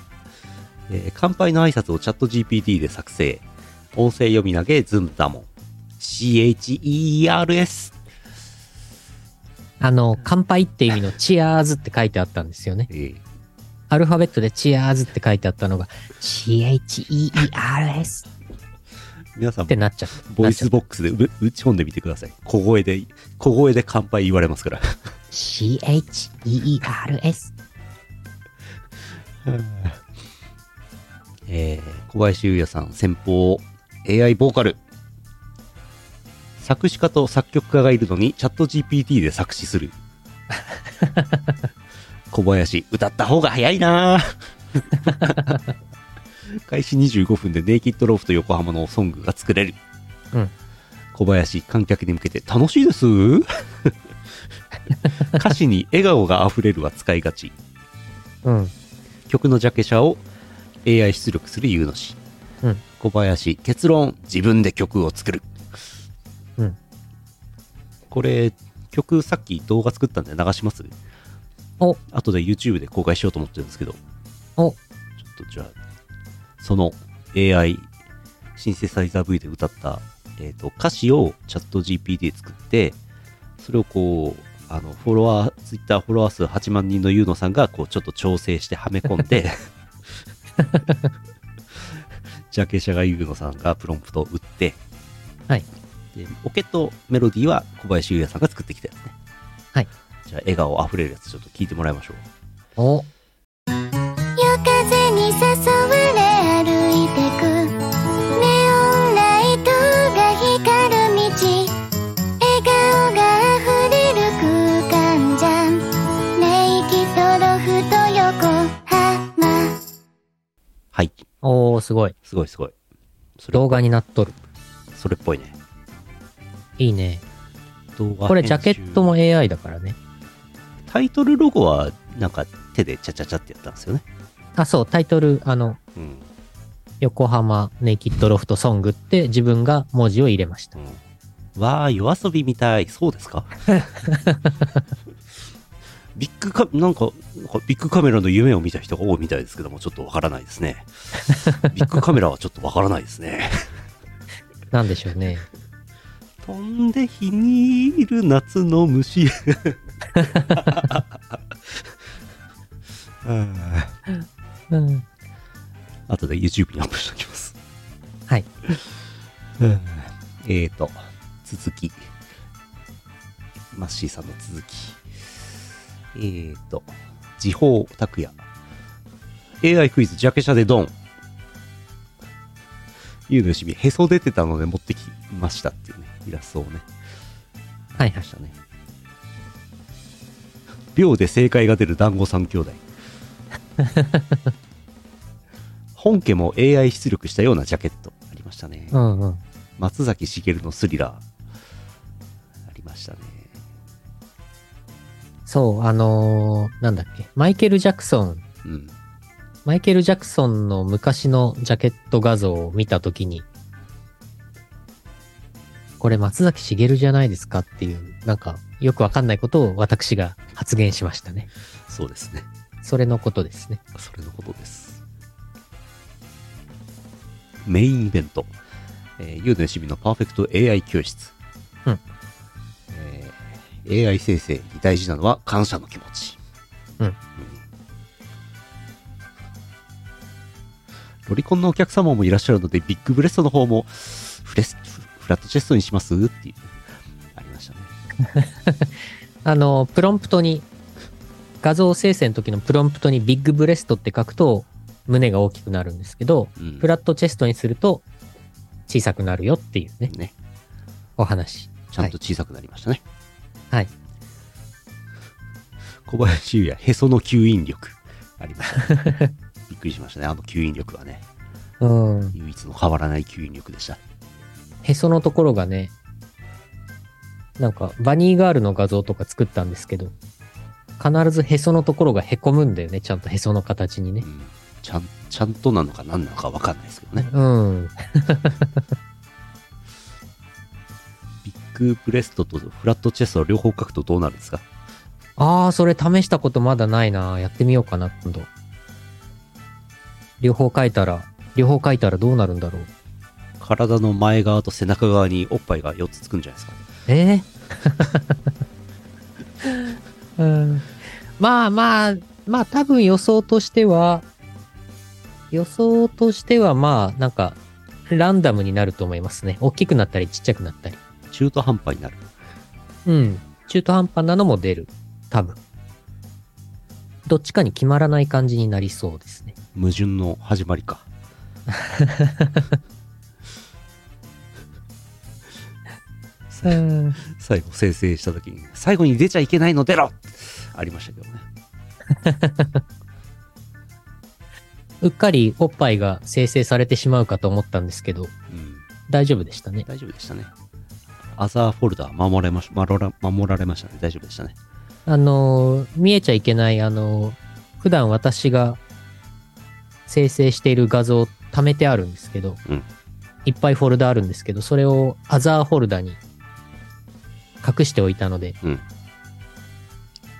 Speaker 2: えー乾杯の挨拶をチャット GPT で作成音声読み投げズンダモン CHERS
Speaker 1: あの、乾杯って意味のチアーズって書いてあったんですよね。
Speaker 2: えー
Speaker 1: アルファベットでチアーズって書いてあったのが、CHEERS
Speaker 2: 皆さん
Speaker 1: ってなっちゃった。
Speaker 2: ボイスボックスでう打ち込んでみてください小声で小声で乾杯言われますから
Speaker 1: CHEERS。
Speaker 2: えー小林優也さん先方 AI ボーカル作詞家と作曲家がいるのにチャット GPT で作詞 する小林歌った方が早いな ぁ開始25分でネイキッドローフと横浜のソングが作れる、
Speaker 1: うん
Speaker 2: 小林観客に向けて楽しいです 歌詞に笑顔が溢れるは使いがち
Speaker 1: うん。
Speaker 2: 曲のジャケ写を AI 出力する優の氏、
Speaker 1: うん
Speaker 2: 小林結論自分で曲を作る、
Speaker 1: うん
Speaker 2: これ曲さっき動画作ったんで流します
Speaker 1: お
Speaker 2: 後で YouTube で公開しようと思ってるんですけど
Speaker 1: お
Speaker 2: ちょっとじゃあその AI シンセサイザー V で歌った、えー、と歌詞をチャット GPT で作ってそれをこうあのフォロワー Twitter フォロワー数8万人のユーノさんがこうちょっと調整してはめ込 んでジャケシャガユーノさんがプロンプトを打って、
Speaker 1: はい
Speaker 2: でオケとメロディーは小林優也さんが作ってきたやつね
Speaker 1: はい
Speaker 2: じゃあ笑顔あふれるやつちょっと聞いてもらいましょう
Speaker 1: お、
Speaker 5: 夜風に誘われ歩いてくネオンライトが光る道笑顔が溢れる空間じゃんネイキッドロフト横浜
Speaker 2: はい
Speaker 1: おー、すごい。
Speaker 2: すごいすごいそれ
Speaker 1: 動画になっとる。
Speaker 2: それっぽいね
Speaker 1: いいね。
Speaker 2: 動画
Speaker 1: これジャケットも
Speaker 2: 編
Speaker 1: AI だからね。
Speaker 2: 集タイトルロゴはなんか手でチャチャチャってやったんですよね
Speaker 1: あ、そう、タイトル、あの、
Speaker 2: うん
Speaker 1: 横浜ネイキッドロフトソングって自分が文字を入れました。
Speaker 2: うん、わあ夜遊びみたいそうですかビッグカなんかなんかビッグカメラの夢を見た人が多いみたいですけどもちょっとわからないですねビッグカメラはちょっとわからないですね
Speaker 1: なんでしょうね。
Speaker 2: 飛んで火にいる夏 の虫あ
Speaker 1: うん。
Speaker 2: とで YouTube にアップしておきます
Speaker 1: はい。
Speaker 2: えーと、続き。マッシーさんの続き。えーと、時報拓也。AI クイズ、ジャケ写でドン。ゆうのよしみ、へそ出てたので持ってきましたっていうね、イラストをね、
Speaker 1: はいは
Speaker 2: ま
Speaker 1: い。
Speaker 2: したね。秒で正解が出る団子三兄 弟。本家も AI 出力したようなジャケットありましたね。
Speaker 1: うんうん。
Speaker 2: 松崎しげるのスリラーありましたね
Speaker 1: そう、あのーなんだっけ。マイケル・ジャクソン。
Speaker 2: うん
Speaker 1: マイケル・ジャクソンの昔のジャケット画像を見たときに、これ松崎しげるじゃないですかっていう、なんかよくわかんないことを私が発言しましたね。
Speaker 2: そうですね
Speaker 1: それのことですね。
Speaker 2: それのことですメインイベント「えー、ゆうのよしみのパーフェクト AI 教室」
Speaker 1: うん
Speaker 2: えー AI 生成に大事なのは感謝の気持ち
Speaker 1: うん
Speaker 2: ロリコンのお客様もいらっしゃるのでビッグブレストの方もフレスフラットチェストにしますっていうありましたね
Speaker 1: あの、プロンプトに、画像生成の時のプロンプトにビッグブレストって書くと、胸が大きくなるんですけど、
Speaker 2: うん
Speaker 1: フラットチェストにすると、小さくなるよっていうね、
Speaker 2: ね
Speaker 1: お話。
Speaker 2: ちゃんと小さくなりましたね。
Speaker 1: はい。
Speaker 2: 小林優也、へその吸引力。ありました、ね。 びっくりしましたね。あの吸引力はね、
Speaker 1: うん。
Speaker 2: 唯一の変わらない吸引力でした。
Speaker 1: へそのところがね、なんか、バニーガールの画像とか作ったんですけど、必ずへそのところがへこむんだよね。ちゃんとへその形にね
Speaker 2: う。んちゃん、ちゃんとなのか何なのかわかんないですけどね。
Speaker 1: うん。
Speaker 2: ビッグブレストとフラットチェストを両方書くとどうなるんですか
Speaker 1: ああ、それ試したことまだないな。やってみようかな、今度。両方書いたら、両方書いたらどうなるんだろう。
Speaker 2: 体の前側と背中側におっぱいが4つつくんじゃないですか。
Speaker 1: えーうん、まあまあ、まあ多分予想としては、予想としてはまあなんか、ランダムになると思いますね。大きくなったりちっちゃくなったり。
Speaker 2: 中途半端になる。
Speaker 1: うん。中途半端なのも出る。多分。どっちかに決まらない感じになりそうですね。
Speaker 2: 矛盾の始まりか。
Speaker 1: うん。
Speaker 2: 最後、生成した時に、最後に出ちゃいけないの出ろありましたけどね。
Speaker 1: うっかりおっぱいが生成されてしまうかと思ったんですけど、
Speaker 2: うん。
Speaker 1: 大丈夫でしたね。
Speaker 2: 大丈夫でしたね。アザーフォルダー守れまし、守ら守られましたね。大丈夫でしたね。
Speaker 1: あのー、見えちゃいけない、あのー、普段私が生成している画像を貯めてあるんですけど、
Speaker 2: うん
Speaker 1: いっぱいフォルダあるんですけど、それをアザーフォルダに隠しておいたので、
Speaker 2: うん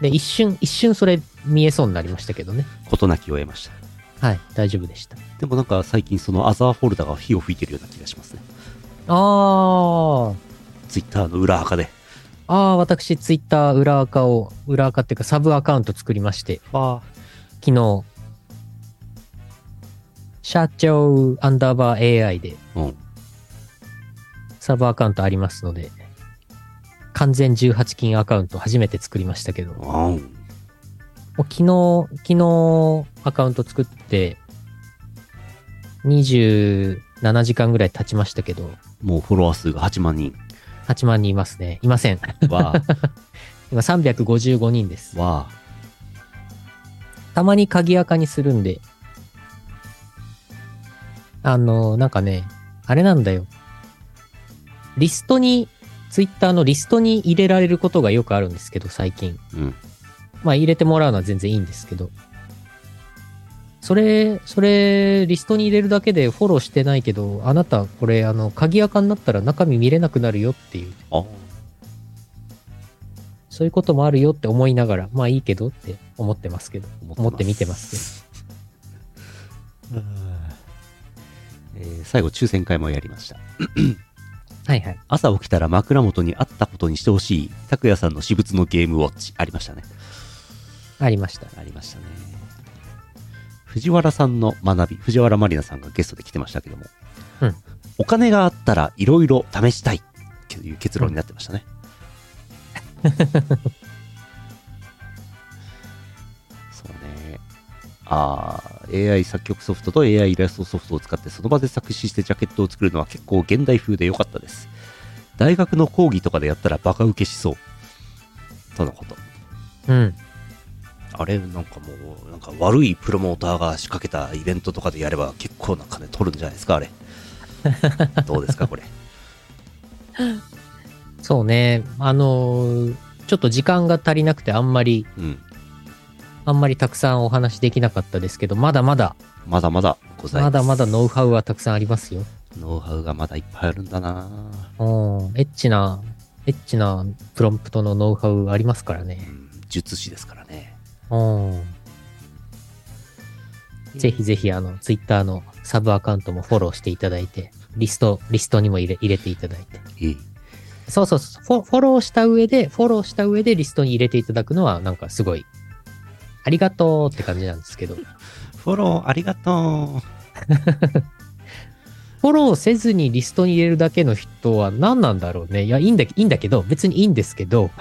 Speaker 1: で、一瞬、一瞬それ見えそうになりましたけどね。
Speaker 2: 事なきを得ました。
Speaker 1: はい、大丈夫でした。
Speaker 2: でもなんか最近そのアザーフォルダが火を吹いてるような気がしますね。
Speaker 1: あー、
Speaker 2: ツイッターの裏垢で。
Speaker 1: あー、私、ツイッター裏垢を、裏垢っていうかサブアカウント作りまして、
Speaker 2: わ
Speaker 1: 昨日、社長アンダーバー AI で
Speaker 2: あ。うん。
Speaker 1: サーバーアカウントありますので、完全18金アカウント初めて作りましたけど、もう
Speaker 2: あん。
Speaker 1: 昨日、昨日アカウント作って、27時間ぐらい経ちましたけど、
Speaker 2: もうフォロワー数が8万人。
Speaker 1: 8万人いますね。いません。
Speaker 2: わ
Speaker 1: 今355人です
Speaker 2: あ。。わあ。
Speaker 1: たまに鍵垢にするんで。あの、なんかね、あれなんだよ。リストに、ツイッターのリストに入れられることがよくあるんですけど、最近。
Speaker 2: うん。
Speaker 1: まあ入れてもらうのは全然いいんですけど。それ、それ、リストに入れるだけでフォローしてないけど、あなた、これ、あの、鍵垢になったら中身見れなくなるよっていう、
Speaker 2: あ
Speaker 1: そういうこともあるよって思いながら、まあいいけどって思ってますけど。思
Speaker 2: 思
Speaker 1: って見てます
Speaker 2: けど。 えー最後、抽選会もやりました。
Speaker 1: はいはい。
Speaker 2: 朝起きたら枕元にあったことにしてほしい、拓也さんの私物のゲームウォッチ。ありましたね。
Speaker 1: ありました。
Speaker 2: ありましたね。藤原さんの学び、藤原まりなさんがゲストで来てましたけども、
Speaker 1: うん
Speaker 2: お金があったらいろいろ試したいという結論になって ましたね。そうね。あー AI 作曲ソフトと AI イラストソフトを使ってその場で作詞してジャケットを作るのは結構現代風で良かったです。大学の講義とかでやったらバカ受けしそう。とのこと。
Speaker 1: うん。
Speaker 2: あれなんかもうなんか悪いプロモーターが仕掛けたイベントとかでやれば結構な金取るんじゃないですかあ れどうですかこれ
Speaker 1: そうね。あのーちょっと時間が足りなくてあんまり、
Speaker 2: うん
Speaker 1: あんまりたくさんお話できなかったですけど、まだまだ、
Speaker 2: まだまだござい
Speaker 1: ま
Speaker 2: ます
Speaker 1: だまだノウ
Speaker 2: ノ
Speaker 1: ハウはたくさんありますよ。
Speaker 2: ウハウがまだいっぱいあるんだな
Speaker 1: うん。エッチな、エッチなプロンプトのノウハウありますから
Speaker 2: う
Speaker 1: ね。
Speaker 2: ん術師ですからね
Speaker 1: うん。ぜひぜひ、あの、ツイッターのサブアカウントもフォローしていただいて、リスト、リストにも入れ入れていただいて。
Speaker 2: ええ
Speaker 1: そうそうそうフォ。フォローした上で、フォローした上でリストに入れていただくのは、なんかすごい、ありがとうって感じなんですけど。
Speaker 2: フォローありがと
Speaker 1: フォローせずにリストに入れるだけの人は何なんだろうね。いや、いいんだいいんだけど、別にいいんですけど、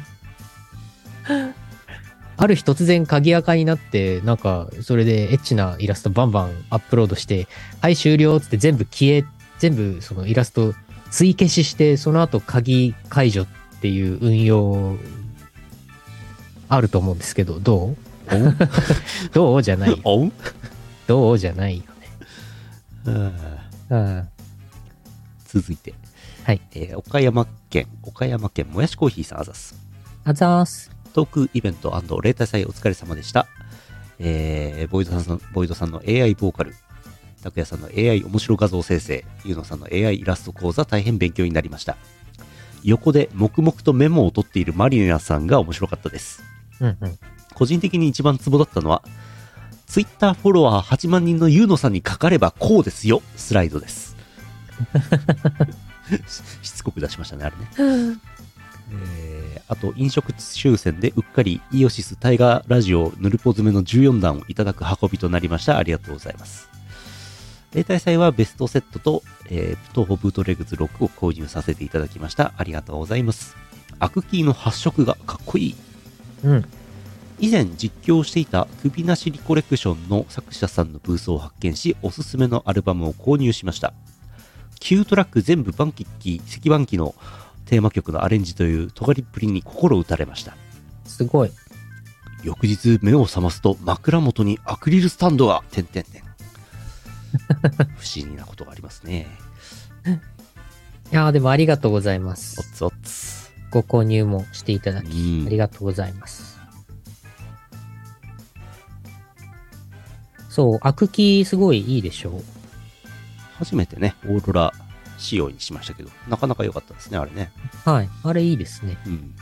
Speaker 1: ある日突然鍵垢になって、なんか、それでエッチなイラストバンバンアップロードして、はい、終了っつって全部消え、全部そのイラスト追消しして、その後鍵解除っていう運用、あると思うんですけど、どう どうじゃな
Speaker 2: う
Speaker 1: い。
Speaker 2: おう
Speaker 1: どうじゃないよね。
Speaker 2: う
Speaker 1: う
Speaker 2: ん
Speaker 1: ん。
Speaker 2: 続いて
Speaker 1: はい、
Speaker 2: えー岡山県岡山県もやしコーヒーさんあざっす
Speaker 1: あざーす。
Speaker 2: トークイベント例大祭お疲れ様でした。えー、ボイドさんの、ボイドさんの AI ボーカル、拓也さんの AI 面白画像生成、ゆうのさんの AI イラスト講座大変勉強になりました。横で黙々とメモを取っているマリナさんが面白かったです。
Speaker 1: うんうん。
Speaker 2: 個人的に一番ツボだったのは、ツイッターフォロワー8万人のユーノさんにかかればこうですよ、スライドです。ししつこく出しましたね、あれね。えーあと、飲食抽選でうっかりイオシス大河ラジオヌルポ詰めの14弾をいただく運びとなりました。ありがとうございます。例大祭はベストセットと、えー東宝ブートレグズ6を購入させていただきました。ありがとうございます。アクキーの発色がかっこいい。
Speaker 1: うん。
Speaker 2: 以前実況していた首なしリコレクションの作者さんのブースを発見しおすすめのアルバムを購入しました9トラック全部バンキッキー石板機のテーマ曲のアレンジという尖りっぷりに心打たれました
Speaker 1: すごい。
Speaker 2: 翌日目を覚ますと枕元にアクリルスタンドが点 々点不思議なことがありますね
Speaker 1: いやーでもありがとうございます
Speaker 2: お。つおつ
Speaker 1: ご購入もしていただ
Speaker 2: う
Speaker 1: き、あり
Speaker 2: ん
Speaker 1: がとうございます。そう、アクキーすごいいいでしょ
Speaker 2: 初めてねオーロラ仕様にしましたけどなかなか良かったですねあれね
Speaker 1: はい。あれいいですね。
Speaker 2: うん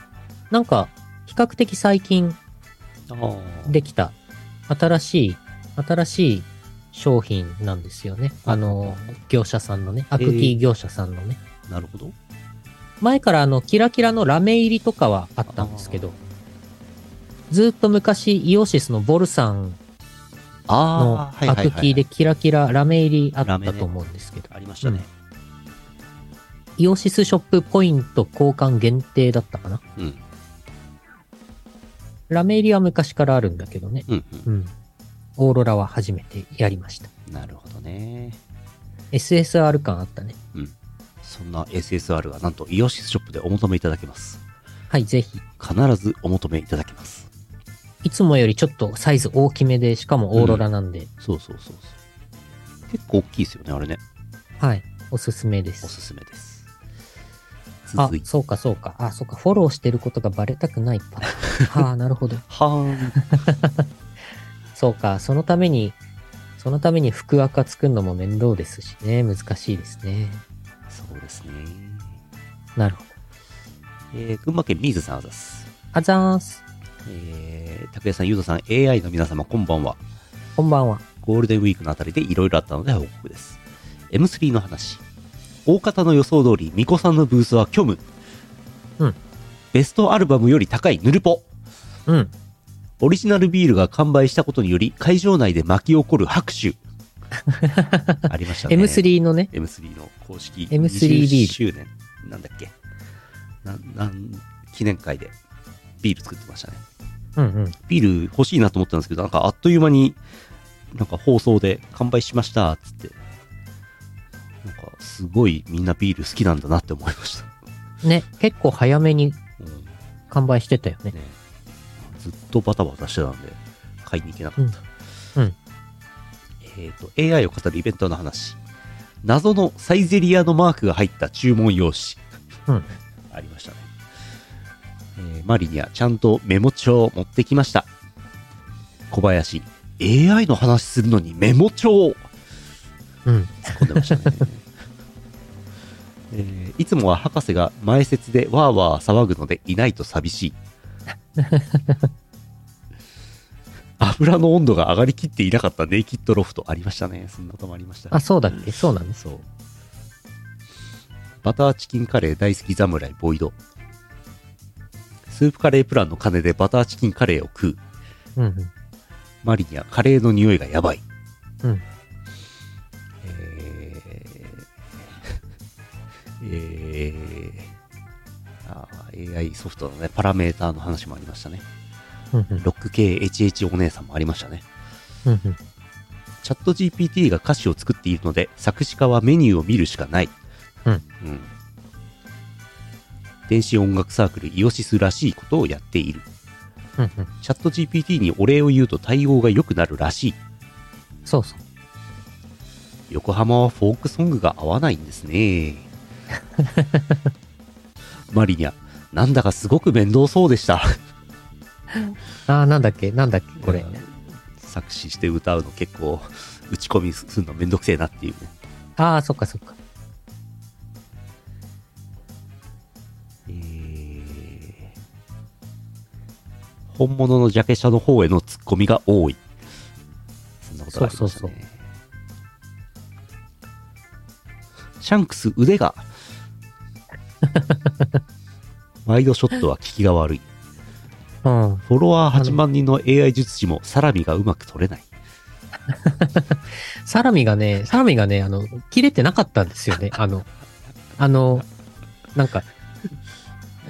Speaker 1: なんか、比較的最近
Speaker 2: ああ
Speaker 1: できた、新しい、新しい商品なんですよね。あの、業者さんのね、アクキー業者さんのね。
Speaker 2: なるほど
Speaker 1: 前からあの、キラキラのラメ入りとかはあったんですけど、ずっと昔、イオシスのボルさんの
Speaker 2: あ
Speaker 1: ア
Speaker 2: あ、はいはい
Speaker 1: ク
Speaker 2: はい
Speaker 1: キー
Speaker 2: は
Speaker 1: で
Speaker 2: い。
Speaker 1: キラキララメ入りあ
Speaker 2: ラ
Speaker 1: っ
Speaker 2: メ
Speaker 1: た
Speaker 2: ね
Speaker 1: と思うんですけど、
Speaker 2: ありましたね。
Speaker 1: イオシスショップポイント交換限定だったかな。
Speaker 2: うん。
Speaker 1: ラメ入りは昔からあるんだけどね。
Speaker 2: うん、
Speaker 1: うん。オーロラは初めてやりました。
Speaker 2: うん。なるほどね。
Speaker 1: SSR 感あったね。
Speaker 2: そんな SSR がなんとイオシスショップでお求めいただけます。
Speaker 1: はい、ぜひ。
Speaker 2: 必ずお求めいただけます。
Speaker 1: いつもよりちょっとサイズ大きめで、しかもオーロラなんで、
Speaker 2: そうそうそうそう。結構大きいですよね、あれね。
Speaker 1: はい、おすすめで
Speaker 2: お
Speaker 1: す。
Speaker 2: すすめです。
Speaker 1: あ
Speaker 2: 続い、て、
Speaker 1: そうかそうか。あ、そうか。フォローしてることがバレたくない パターン。はあ、なるほど。
Speaker 2: はーん。
Speaker 1: そうか。そのために、そのために服垢作るのも面倒ですしね。難しいですね。
Speaker 2: そうですね。
Speaker 1: なるほど。
Speaker 2: えー、群馬県ミーズさんあざす。
Speaker 1: あざーす。
Speaker 2: えー、拓也さん、ゆうとさん、AI の皆様、こんばんは。
Speaker 1: こんばんは。
Speaker 2: ゴールデンウィークのあたりでいろいろあったので報告です。M3 の話。大方の予想通り、ミコさんのブースは虚無。
Speaker 1: うん。
Speaker 2: ベストアルバムより高いヌルポ。
Speaker 1: うん。
Speaker 2: オリジナルビールが完売したことにより、会場内で巻き起こる 拍手。ありましたね。
Speaker 1: M3 のね、
Speaker 2: M3 の公式
Speaker 1: M3
Speaker 2: 20
Speaker 1: ビール
Speaker 2: 周年。なんだっけ。なん、なん、記念会でビール作ってましたね。
Speaker 1: うんうん。
Speaker 2: ビール欲しいなと思ったんですけど、なんかあっという間に、なんか放送で完売しましたっつって、なんかすごいみんなビール好きなんだなって思いました。
Speaker 1: ね、結構早めに
Speaker 2: うん
Speaker 1: 完売してたよね。
Speaker 2: ね、ずっとバタバタしてたんで、買いに行けなかった。
Speaker 1: うんうん
Speaker 2: えっ、と、AI を語るイベントの話。謎のサイゼリアのマークが入った注文用紙。
Speaker 1: うん
Speaker 2: ありましたね。えーマリにはちゃんとメモ帳を持ってきました。小林、AI の話するのにメモ帳
Speaker 1: うん。
Speaker 2: 突っ込んでましたね、 えーいつもは博士が前説でわーわー騒ぐのでいないと寂しい油の温度が上がりきっていなかったネイキッドロフトありましたねそんなこともありました
Speaker 1: あ、そうだっけそうなんです。
Speaker 2: そうバターチキンカレー大好き侍ボイドスープカレープランの金でバターチキンカレーを食
Speaker 1: う
Speaker 2: う
Speaker 1: んうん。
Speaker 2: マリにはカレーの匂いがやばい。
Speaker 1: うん
Speaker 2: えー えーあー AI ソフトのね、パラメーターの話もありましたね。
Speaker 1: うんうん。
Speaker 2: ロック系 HH お姉さんもありましたね。
Speaker 1: うんうん。
Speaker 2: チャット GPT が歌詞を作っているので、作詞家はメニューを見るしかない。
Speaker 1: うん
Speaker 2: ん電子音楽サークルイオシスらしいことをやっている。
Speaker 1: うんうん。
Speaker 2: チャット GPT にお礼を言うと対応が良くなるらしい。
Speaker 1: そうそう。
Speaker 2: 横浜はフォークソングが合わないんですね マリニャなんだかすごく面倒そうでした
Speaker 1: あー、なんだっけなんだっけこれ。
Speaker 2: 作詞して歌うの結構打ち込みするのめんどくせえなっていうね、
Speaker 1: ああ、そっかそっか。
Speaker 2: えー本物のジャケ写の方へのツッコミが多いそんなことがありました
Speaker 1: そうそう
Speaker 2: ねシャンクス腕がワイドショットは効きが悪い
Speaker 1: うん。
Speaker 2: フォロワー8万人の AI 術師もサラミがうまく取れない
Speaker 1: サラミがね、サラミがね、あの、切れてなかったんですよね。 あの、あの、なんか、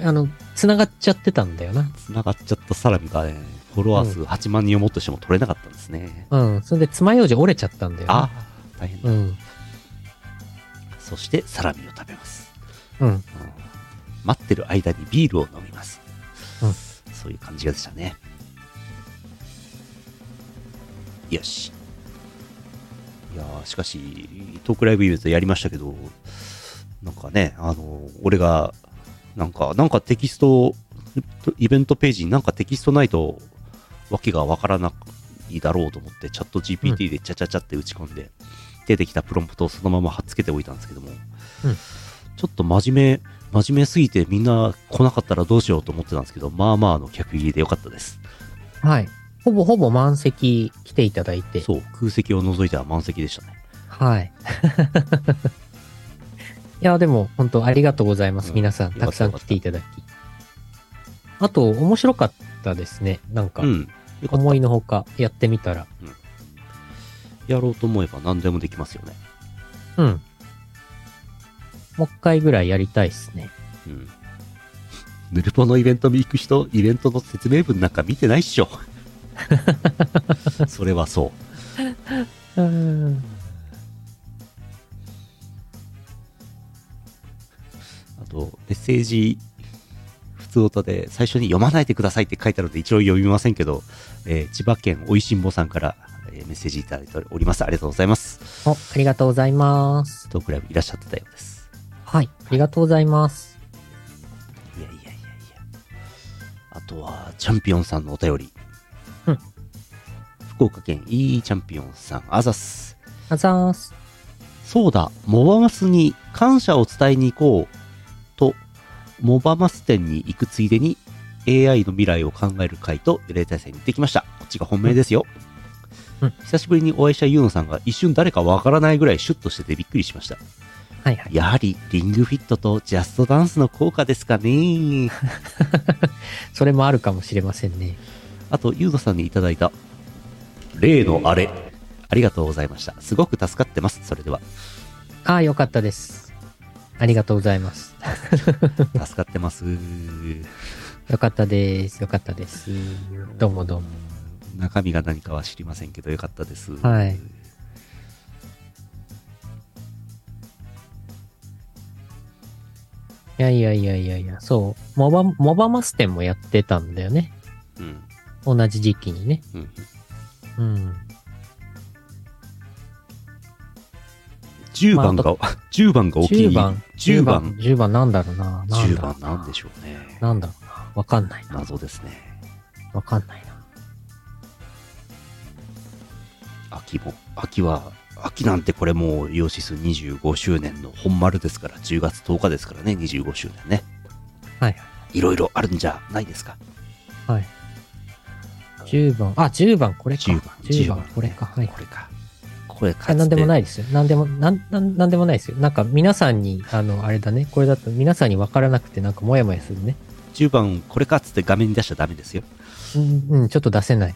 Speaker 1: あの、繋がっちゃってたんだよな。
Speaker 2: 繋がっちゃったサラミがねフォロワー数8万人をもっとしても取れなかったんですね、
Speaker 1: うん。それで爪楊枝折れちゃったんだよ、ね。
Speaker 2: あ大変だ、
Speaker 1: うん。
Speaker 2: そしてサラミを食べます、
Speaker 1: うん。
Speaker 2: うん待ってる間にビールを飲みます、
Speaker 1: うん
Speaker 2: そういう感じでしたねよしいやーしかしトークライブイベントやりましたけどなんかねあのー俺がなんかなんかテキストイベントページになんかテキストないとわけがわからないだろうと思ってチャット GPT でちゃちゃちゃって打ち込んで、出てきたプロンプトをそのまま貼っつけておいたんですけども、ちょっと真面目、真面目すぎてみんな来なかったらどうしようと思ってたんですけど、まあまあの客入りでよかったです。
Speaker 1: はい。ほぼほぼ満席来ていただいて。
Speaker 2: そう、空席を除いては満席でしたね。
Speaker 1: はい。 いや、でも、本当ありがとうございま
Speaker 2: う
Speaker 1: す。
Speaker 2: ん
Speaker 1: 皆さん、
Speaker 2: よか
Speaker 1: た
Speaker 2: った
Speaker 1: くさん来ていただき。あと、面白かったですね。なんか、
Speaker 2: うん。よかった。
Speaker 1: 思いのほかやってみたら。
Speaker 2: やろうと思えば何でもできますよね。
Speaker 1: うん。もう一回ぐらいやりたいっすね。
Speaker 2: うん。 ヌルポのイベントに行く人、イベントの説明文なんか見てないっ しょ。それはそう。
Speaker 1: うん。
Speaker 2: あと、メッセージ、普通歌で最初に読まないでくださいって書いてあるので、一応読みませんけど、えー千葉県おいしんぼさんから、えーメッセージいただいております。ありがとうございます。
Speaker 1: お、ありがとうございます。
Speaker 2: トークライブいらっしゃってたようです。
Speaker 1: はい。ありがとうございます。
Speaker 2: いやいやいやいや。あとは、チャンピオンさんのお便り。
Speaker 1: うん
Speaker 2: 福岡県いいチャンピオンさん、あざっす。
Speaker 1: あざーす。
Speaker 2: そうだ、モバマスに感謝を伝えに行こうと、モバマス店に行くついでに AI の未来を考える会と例大祭に行ってきました。こっちが本命ですよ。
Speaker 1: うん
Speaker 2: 久しぶりにお会いしたユーノさんが一瞬誰かわからないぐらいシュッとしててびっくりしました。
Speaker 1: はいはい。
Speaker 2: やはりリングフィットとジャストダンスの効果ですかね。
Speaker 1: それもあるかもしれませんね。
Speaker 2: あと、ユーノさんにいただいた例のあれ。ありがとうございました。すごく助かってます。そ れでは。
Speaker 1: ああ、よかったです。ありがとうございます。
Speaker 2: 助かってます。
Speaker 1: よかったです。よかったです。どうもどうも。
Speaker 2: 中身が何かは知りませんけどよかったです。
Speaker 1: はいいやいやいやいやいや、そう。モバ、モバマス店もやってたんだよね。
Speaker 2: うん。
Speaker 1: 同じ時期にね。
Speaker 2: うん。
Speaker 1: うん。
Speaker 2: 10番
Speaker 1: ま
Speaker 2: が、10番がお気に入
Speaker 1: 10
Speaker 2: り。
Speaker 1: 番。
Speaker 2: 10番。
Speaker 1: 10番なんだろうな。
Speaker 2: 10
Speaker 1: ろう
Speaker 2: 番なんでしょうね。
Speaker 1: なんだろうな。わかんないな。
Speaker 2: 謎ですね。
Speaker 1: わかんないな。
Speaker 2: 秋も。秋は、秋なんてこれもう、イオシス25周年の本丸ですから、10月10日ですからね、25周年ね。
Speaker 1: はい
Speaker 2: いろいろあるんじゃないですか。
Speaker 1: はい。はい。10番。あ、10番これか。
Speaker 2: 10番。
Speaker 1: 10番これか。はい。
Speaker 2: これか。これかつて。。
Speaker 1: あなんでもないいですよ。なんでも、なん、なんなんでもないですよ。なんか皆さんに、あの、あれだね。これだと皆さんにわからなくてなんかモヤモヤするね。
Speaker 2: 10番、これかっつって画面に出しちゃダメですよ。
Speaker 1: うん、うん、ちょっと出せない。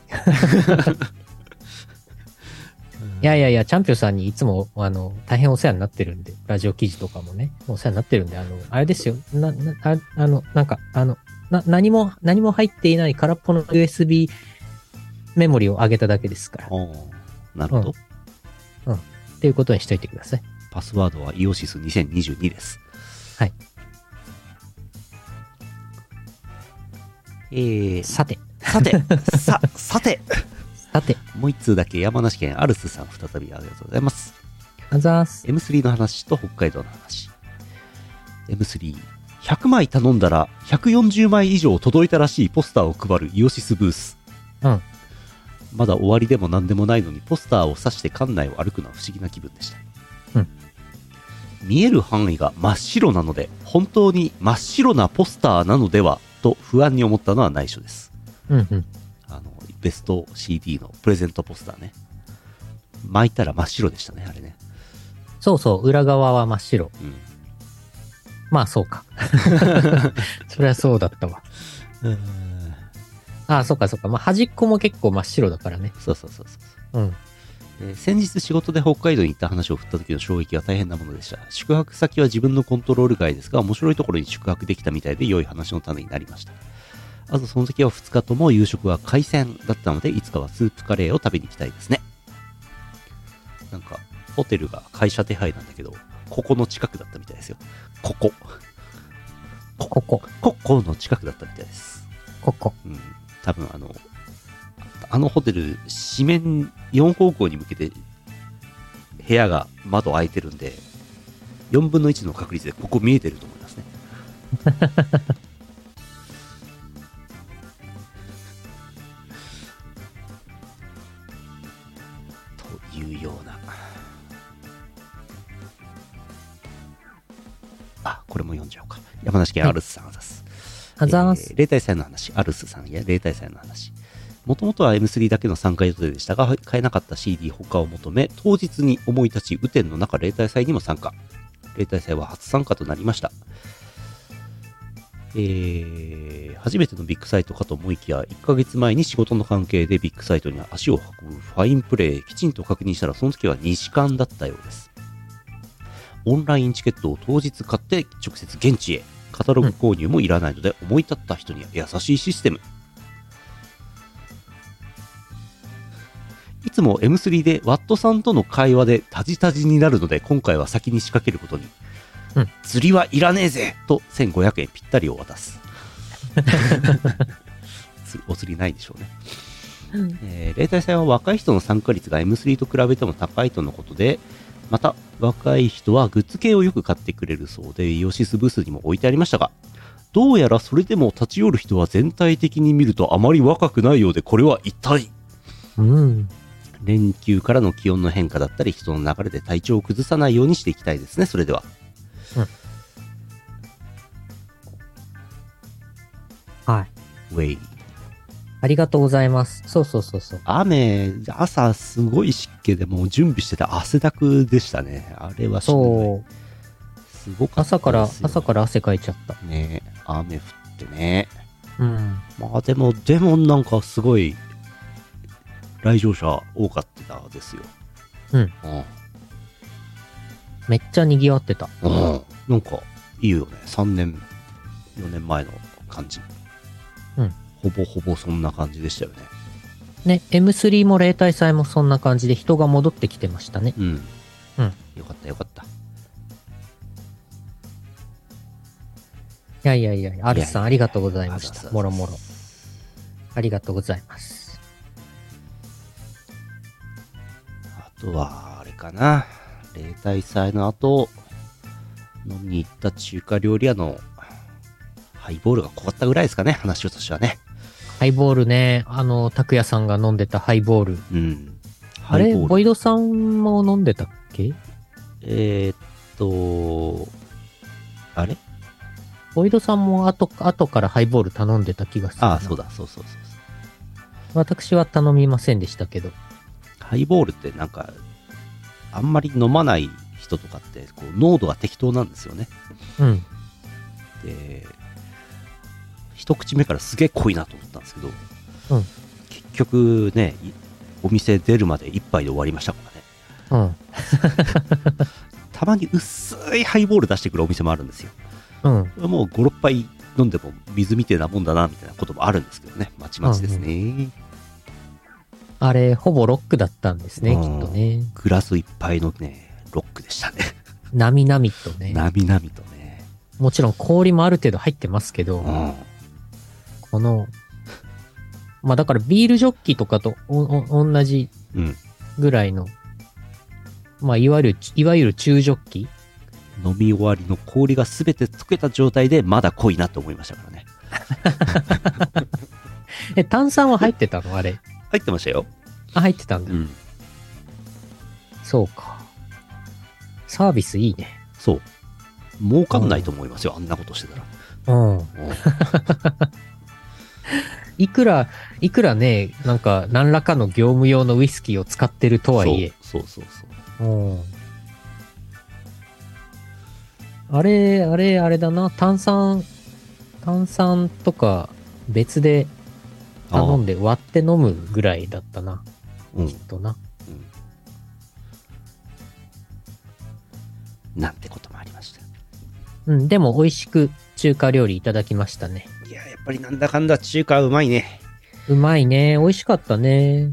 Speaker 1: いやいやいや、チャンピオンさんにいつも、あの、大変お世話になってるんで、ラジオ記事とかもね、お世話になってるんで、あの、あれですよ、な、な、ああの、なんか、あの、な、何も、何も入っていない空っぽの USB メモリを上げただけですから、っ
Speaker 2: おーなるほど。
Speaker 1: うんていうことにしといてください。
Speaker 2: パスワードはイオシス2022です。
Speaker 1: はい。
Speaker 2: えー、
Speaker 1: さ
Speaker 2: さ
Speaker 1: て、
Speaker 2: さ て、さ、さて、
Speaker 1: さて、
Speaker 2: もう一通だけ山梨県アルスさん再びありがとうございます。
Speaker 1: あざーす。
Speaker 2: M3 の話と北海道の話。M3、 100枚頼んだら140枚以上届いたらしいポスターを配るイオシスブース。
Speaker 1: うん
Speaker 2: まだ終わりでも何でもないのにポスターを指して館内を歩くのは不思議な気分でした。
Speaker 1: うん
Speaker 2: 見える範囲が真っ白なので、本当に真っ白なポスターなのではと不安に思ったのは内緒です。
Speaker 1: うんうん。
Speaker 2: あの、ベスト CD のプレゼントポスターね。巻いたら真っ白でしたね、あれね。
Speaker 1: そうそう、裏側は真っ白。
Speaker 2: うん。
Speaker 1: まあそう か。そりゃそうだったわ。ああ、そうかそうか。まあ端っこも結構真っ白だからね。
Speaker 2: そうそうそうそう。
Speaker 1: うん。
Speaker 2: えー先日仕事で北海道に行った話を振った時の衝撃は大変なものでした宿泊先は自分のコントロール外ですが面白いところに宿泊できたみたいで良い話の種になりましたあとその時は2日とも夕食は海鮮だったのでいつかはスープカレーを食べに行きたいですねなんかホテルが会社手配なんだけどここの近くだったみたいですよここ
Speaker 1: ここ、
Speaker 2: ここの近くだったみたいです
Speaker 1: ここ。
Speaker 2: うん、多分あの、あのホテル、四面、4方向に向けて、部屋が窓開いてるんで、4分の1の確率でここ見えてると思いますね。 というような。あ、これも読んじゃおうか。山梨県アルスさんあざす。
Speaker 1: あざーす。
Speaker 2: えー例大祭の話、アルスさんや例大祭の話。もともとは M3 だけの参加予定でしたが、買えなかった CD 他を求め、当日に思い立ち、雨天の中、例大祭にも参加。例大祭は初参加となりました。えー、初めてのビッグサイトかと思いきや、1ヶ月前に仕事の関係でビッグサイトに足を運ぶファインプレー、きちんと確認したら、その時は2時間だったようです。オンラインチケットを当日買って、直接現地へ。カタログ購入もいらないので、思い立った人には優しいシステム。いつも M3 でワットさんとの会話でタジタジになるので、今回は先に仕掛けることに、
Speaker 1: うん
Speaker 2: 釣りはいらねえぜと1500円ぴったりを 渡す。つお釣りないでしょうね。えー例大祭は若い人の参加率が M3 と比べても高いとのことで、また、若い人はグッズ系をよく買ってくれるそうで、イオシスブースにも置いてありましたが、どうやらそれでも立ち寄る人は全体的に見るとあまり若くないようで、これは一体
Speaker 1: うん。
Speaker 2: 連休からの気温の変化だったり人の流れで体調を崩さないようにしていきたいですねそれでは、
Speaker 1: はい。
Speaker 2: ウェイ
Speaker 1: ありがとうございます。そうそうそうそう。
Speaker 2: 雨朝すごい湿気でもう準備してた汗だくでしたねあれはしんどい
Speaker 1: そう。
Speaker 2: すごかった
Speaker 1: 朝から、
Speaker 2: ですよ
Speaker 1: 朝から汗かいちゃった。
Speaker 2: ね雨降ってね
Speaker 1: うん。
Speaker 2: まあでもでもなんかすごい来場者多かったですよ
Speaker 1: うん
Speaker 2: うん
Speaker 1: めっちゃ賑わってた。
Speaker 2: うん、なんかいいよね3年4年前の感じ
Speaker 1: うん
Speaker 2: ほぼほぼそんな感じでしたよね
Speaker 1: ね、M3 も例大祭もそんな感じで人が戻ってきてましたね。
Speaker 2: うん、
Speaker 1: うん
Speaker 2: よかったよかった
Speaker 1: いやいやいや、アルスさんありがとうございまし
Speaker 2: あ
Speaker 1: た。
Speaker 2: ざ
Speaker 1: もろもろ。ありがとうございます。
Speaker 2: あとはあれかな例大祭の後飲みに行った中華料理屋のハイボールが濃かったぐらいですかね話としてはね
Speaker 1: ハイボールね、あの、拓也さんが飲んでたハイボール。
Speaker 2: うん
Speaker 1: あ
Speaker 2: ハイ
Speaker 1: れ、
Speaker 2: ボール
Speaker 1: ボイドさんも飲んでたっけ
Speaker 2: えー、っとあれ
Speaker 1: ボイドさんも後、後からハイボール頼んでた気がする。
Speaker 2: ああそう。だそうそうそうそう
Speaker 1: 私は頼みませんでしたけど。
Speaker 2: ハイボールってなんか、あんまり飲まない人とかって、こう、濃度が適当なんですよね。
Speaker 1: うん。
Speaker 2: で、一口目からすげえ濃いなと思ったんですけど、
Speaker 1: うん
Speaker 2: 結局ね、いお店出るまで一杯で終わりましたから
Speaker 1: う
Speaker 2: ね。
Speaker 1: ん。
Speaker 2: たまに薄いハイボール出してくるお店もあるんですよ。
Speaker 1: うん。
Speaker 2: もう5、6杯飲んでも水みてえなもんだな、みたいなこともあるんですけどね。まちまちですね。
Speaker 1: あれ、ほぼロックだったんですね、
Speaker 2: う
Speaker 1: き
Speaker 2: ん
Speaker 1: っとね。
Speaker 2: グラスいっぱいのね、ロックでしたね。
Speaker 1: なみなみとね。
Speaker 2: なみなみとね。
Speaker 1: もちろん氷もある程度入ってますけど、
Speaker 2: うん。
Speaker 1: この、まあだからビールジョッキとかとおお同じ
Speaker 2: うん。
Speaker 1: ぐらいの、まあいわゆる、いわゆる中ジョッキ
Speaker 2: 飲み終わりの氷が全て溶けた状態でまだ濃いなと思いましたからね
Speaker 1: え、炭酸は入ってたのあれ。
Speaker 2: 入ってましたよ、
Speaker 1: あ、入ってたん
Speaker 2: う
Speaker 1: だ。
Speaker 2: ん、
Speaker 1: そうか。サービスいいね。
Speaker 2: そう儲かんないと思いますよあんなことしてたら
Speaker 1: うん。いくら、いくらね、なんか、何らかの業務用のウイスキーを使ってるとはいえ。
Speaker 2: そうそうそうそう
Speaker 1: うん。あれ、あれ、あれだな。炭酸、炭酸とか別で
Speaker 2: ああ
Speaker 1: 頼んで割って飲むぐらいだったな。
Speaker 2: うん
Speaker 1: きっとな。
Speaker 2: なんてこともありました
Speaker 1: うん、でも美味しく中華料理いただきましたね。
Speaker 2: いややっぱりなんだかんだ中華うまいね
Speaker 1: うまいね。美味しかったね。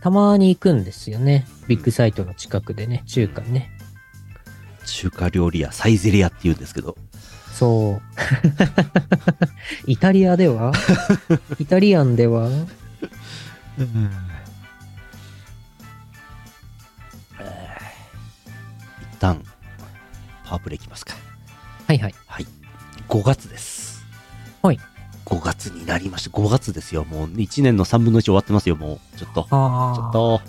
Speaker 1: たまに行くんですよね。ビッグサイトの近くでね、中華ね。
Speaker 2: 中華料理屋サイゼリアっていうんですけど
Speaker 1: そう。イタリアではイタリアンでは
Speaker 2: 一旦パワープレイいきますか
Speaker 1: はいはい。
Speaker 2: はい5月です
Speaker 1: はい
Speaker 2: 5月になりました5月ですよもう1年の3分の1終わってますよもうちょっとちょ
Speaker 1: あ
Speaker 2: っ
Speaker 1: あ。
Speaker 2: と、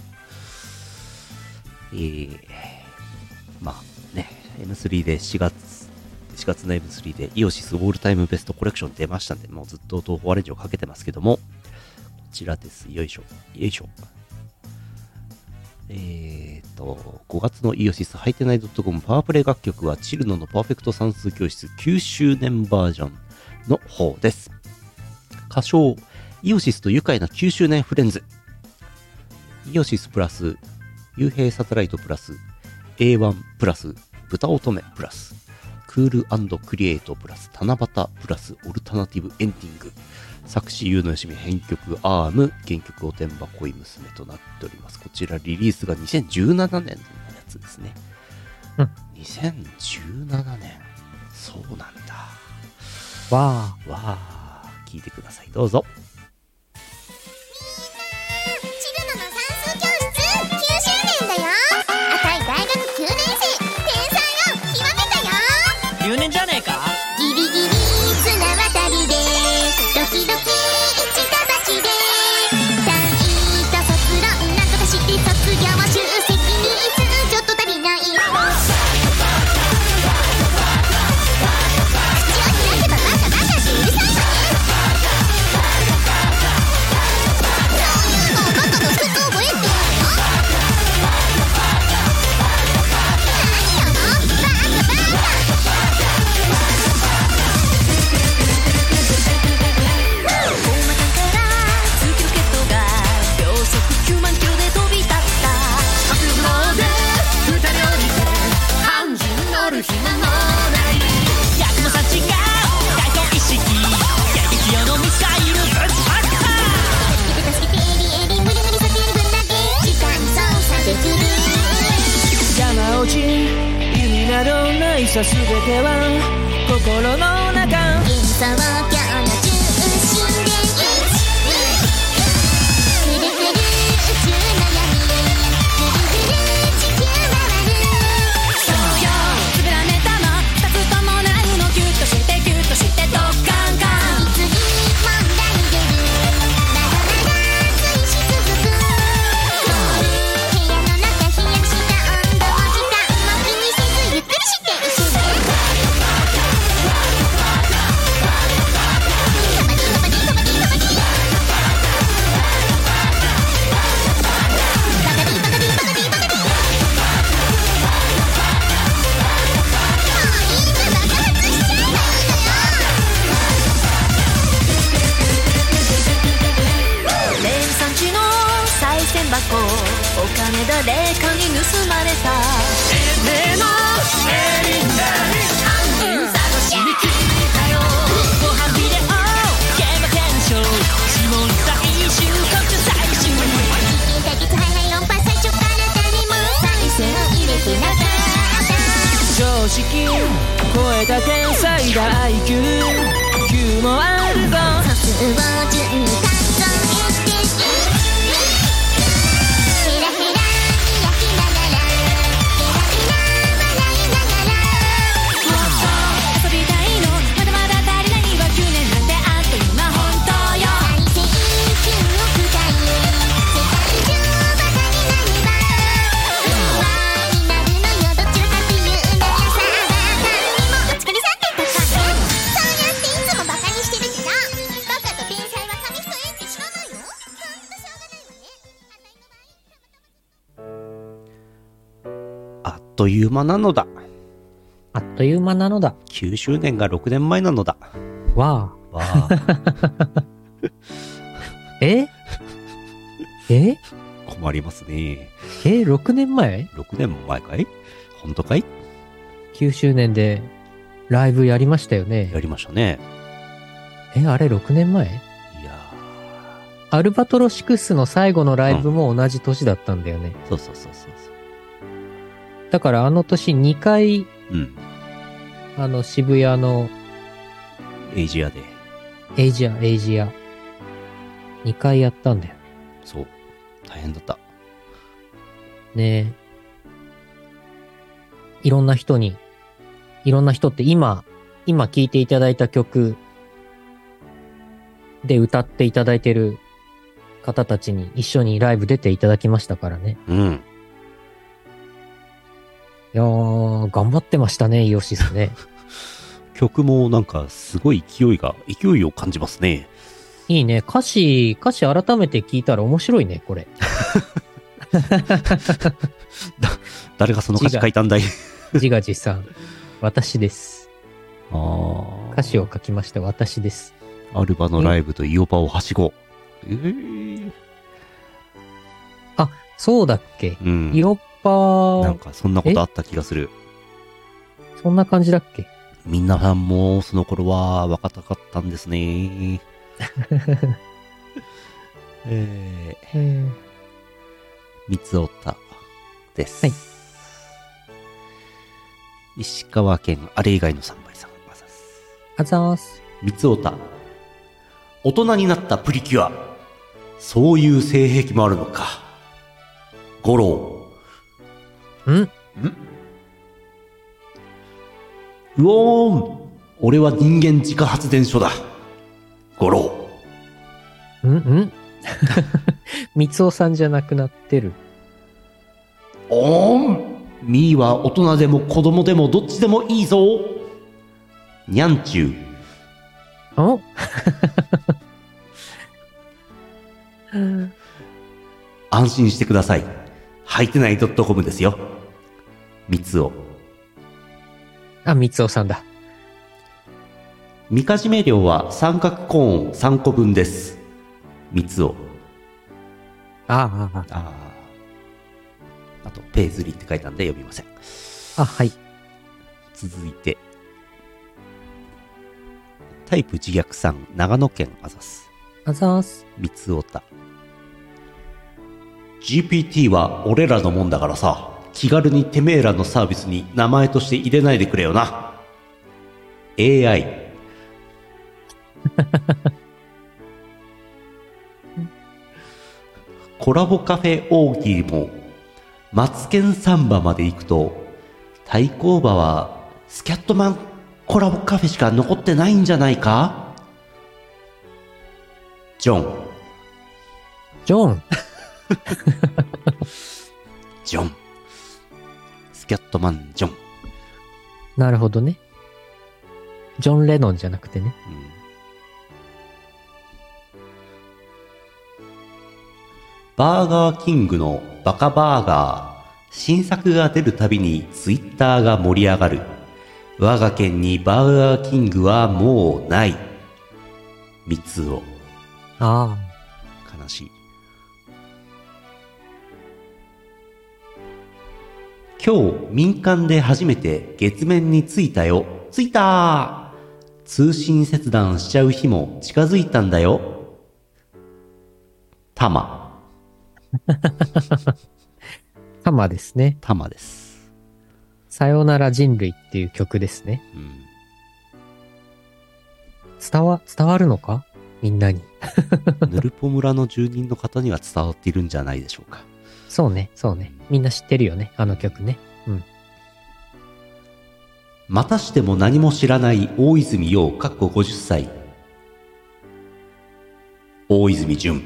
Speaker 2: えー、まあね、M3 で4月、4月の M3 でイオシスオールタイムベストコレクション出ましたんで、もうずっと東宝アレンジをかけてますけども、こちらです。よいしょ、よいしょ。えーと、5月のイオシスハイテナイドットコムパワープレイ楽曲は、チルノのパーフェクト算数教室9周年バージョンの方です。歌唱、イオシスと愉快な9周年フレンズ。イオシスプラス、幽閉サテライトプラス、A1 プラス、豚乙女プラス、クールクリエイトプラス、七夕プラス、オルタナティブエンディング。作詞、ゆうのよしみ、編曲、アーム、原曲、おてんば、恋娘となっております。こちら、リリースが2017年のやつですね。
Speaker 1: うん
Speaker 2: 2017年。そうなんだ。
Speaker 1: わあ。
Speaker 2: わあ、聞いてください。どうぞ。
Speaker 5: チルノの算数教室9周年だよ赤い大学9年生天才を極めたよ
Speaker 6: 留年じゃねえか
Speaker 5: ギリギリ綱渡りでドキドキ一か八で単位と卒論なんとかして卒業集積日数ちょっと足りない口を開けばバカバカってうるさいわねそういうのをバカの服覚えてんの何なのバカバカ
Speaker 6: 「突き抜けとが秒速9万キロで飛び立った」「初詣で二人降りて半人乗る暇もない」「役の差違う大統意識」「激用のミサイルぶちまった」
Speaker 5: 助けて助けてエリエリ無理無理避ける分だけ時間操作できる
Speaker 6: 山落ち意味などないさ全ては心の中
Speaker 5: 幻想郷の中心でくるくる宇宙の闇ぐるぐる地球回る
Speaker 6: 「よつぶらねたま二つともないのギュッとしてギュッとしてドッカンカン」
Speaker 5: 次々問題出るまだまだ追し続く部屋の中冷やした温度も時間も気にせずゆっくりしていくね
Speaker 6: レール産地の再銭箱お金だ誰かに盗まれた夢のエリンダー犯人探しに来たよご飯ビデオゲーム検証指紋採集こっち採集
Speaker 5: だけつはいはい論破最初から誰も再生 入れてなかった
Speaker 6: 常識超えた天才だ IQ9 もあるぞ
Speaker 5: 数を順に数えていくヘラヘラ開きながら
Speaker 2: という間なのだ。
Speaker 1: あっという間なのだ。
Speaker 2: 9周年が6年前なのだ。
Speaker 1: わ
Speaker 2: わあ、
Speaker 1: あ。ええ
Speaker 2: 困りますね。
Speaker 1: え ?6 年前
Speaker 2: 6年も前かい本当かい
Speaker 1: ?9 周年でライブやりましたよね
Speaker 2: や。りましたね。
Speaker 1: え、あれ6年前
Speaker 2: いや
Speaker 1: アルバトロシクスの最後のライブも同じ年だったんだよね。
Speaker 2: ー、そうそうそうそうそ
Speaker 1: だからあの年2回、
Speaker 2: う。うん。
Speaker 1: あの渋谷の
Speaker 2: エイジアで。
Speaker 1: エイジア、エイジア。2回やったんだよ
Speaker 2: そう。大変だった。
Speaker 1: ねえ。いろんな人に、いろんな人って今、今聴いていただいた曲で歌っていただいてる方たちに一緒にライブ出ていただきましたからね。
Speaker 2: うん。
Speaker 1: いやー、頑張ってましたね、イオシスね。
Speaker 2: 曲もなんかすごい勢いが、勢いを感じますね。
Speaker 1: いいね。歌詞、歌詞改めて聞いたら面白いね、こ れ。
Speaker 2: 誰がその歌詞書いたんだい
Speaker 1: ジガジさん。私です。
Speaker 2: あー
Speaker 1: 歌詞を書きました、私です。
Speaker 2: アルバのライブとイオパをはしご。えー、
Speaker 1: そうだっけ
Speaker 2: うん。
Speaker 1: イオッパ
Speaker 2: な
Speaker 1: ー、
Speaker 2: んかそんなことあった気がする。
Speaker 1: そんな感じだっけ
Speaker 2: みんなさんもその頃は若かったんですね。えー、三つおたです。
Speaker 1: はい
Speaker 2: 石川県あれ以外の3倍さん。あざっす
Speaker 1: あざーす。
Speaker 2: 三つおた。大人になったプリキュア。そういう性癖もあるのか。五郎。
Speaker 1: ん
Speaker 2: うおーん俺は人間自家発電所だ。五郎。
Speaker 1: んん 三つおさんじゃなくなってる。
Speaker 2: おーんみーは大人でも子供でもどっちでもいいぞにゃんちゅう。
Speaker 1: あ
Speaker 2: 安心してください。はいてない .com ですよ。みつお。
Speaker 1: あ、三つおさんだ。
Speaker 2: みかじめ料は三角コーン3個分です。みつお。
Speaker 1: ああ、あ
Speaker 2: ああ。あと、ペーズリーって書いたんで読みません。
Speaker 1: あ、あ、はい。
Speaker 2: 続いて。タイプ自虐さん、長野県あざす。
Speaker 1: あざーす。
Speaker 2: 三つおた GPT は俺らのもんだからさ気軽にてめえらのサービスに名前として入れないでくれよな AI コラボカフェオーギーもマツケンサンバまで行くと対抗馬はスキャットマンコラボカフェしか残ってないんじゃないかジョン
Speaker 1: ジョン。
Speaker 2: ジョン。スキャットマン、ジョン。
Speaker 1: なるほどね。ジョン・レノンじゃなくてね。
Speaker 2: うんバーガーキングのバカバーガー。新作が出るたびにツイッターが盛り上がる。我が県にバーガーキングはもうない。三つを
Speaker 1: あ
Speaker 2: 悲しい。今日、民間で初めて月面に着いたよ。着いたー通信切断しちゃう日も近づいたんだよ。タマ、
Speaker 1: あ、タマですね。
Speaker 2: タマです。
Speaker 1: さよなら人類っていう曲ですね。
Speaker 2: うん。
Speaker 1: 伝わ、伝わるのかみんなに。
Speaker 2: ヌルポ村の住人の方には伝わっているんじゃないでしょうか。
Speaker 1: そうね、そうね。みんな知ってるよね、あの曲ね。
Speaker 2: またしても何も知らない大泉洋、かっこ50歳。大泉淳。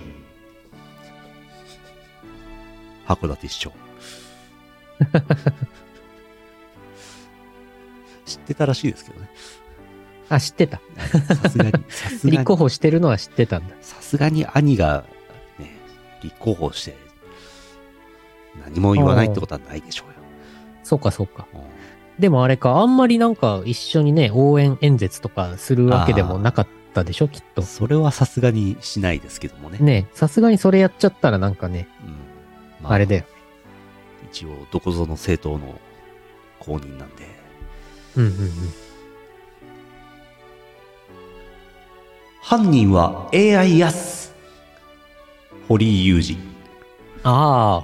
Speaker 2: 函館市長。 知ってたらしいですけどね。
Speaker 1: あ、知ってた。
Speaker 2: さすがに、さすが
Speaker 1: 立候
Speaker 2: に、
Speaker 1: 補してるのは知ってたんだ。
Speaker 2: さすがに兄が、ね、立候補して、何も言わないってことはないでしょうよ。
Speaker 1: そうかそうか。でもあれか、あんまりなんか一緒にね、応援演説とかするわけでもなかったでしょ、きっと。
Speaker 2: それはさすがにしないですけどもね。
Speaker 1: ねさすがにそれやっちゃったらなんかね、
Speaker 2: うんま
Speaker 1: あれだよ。
Speaker 2: 一応、どこぞの政党の公認なんで。
Speaker 1: うんうんうん。
Speaker 2: 犯人は AI やす。堀井雄二。
Speaker 1: ああ、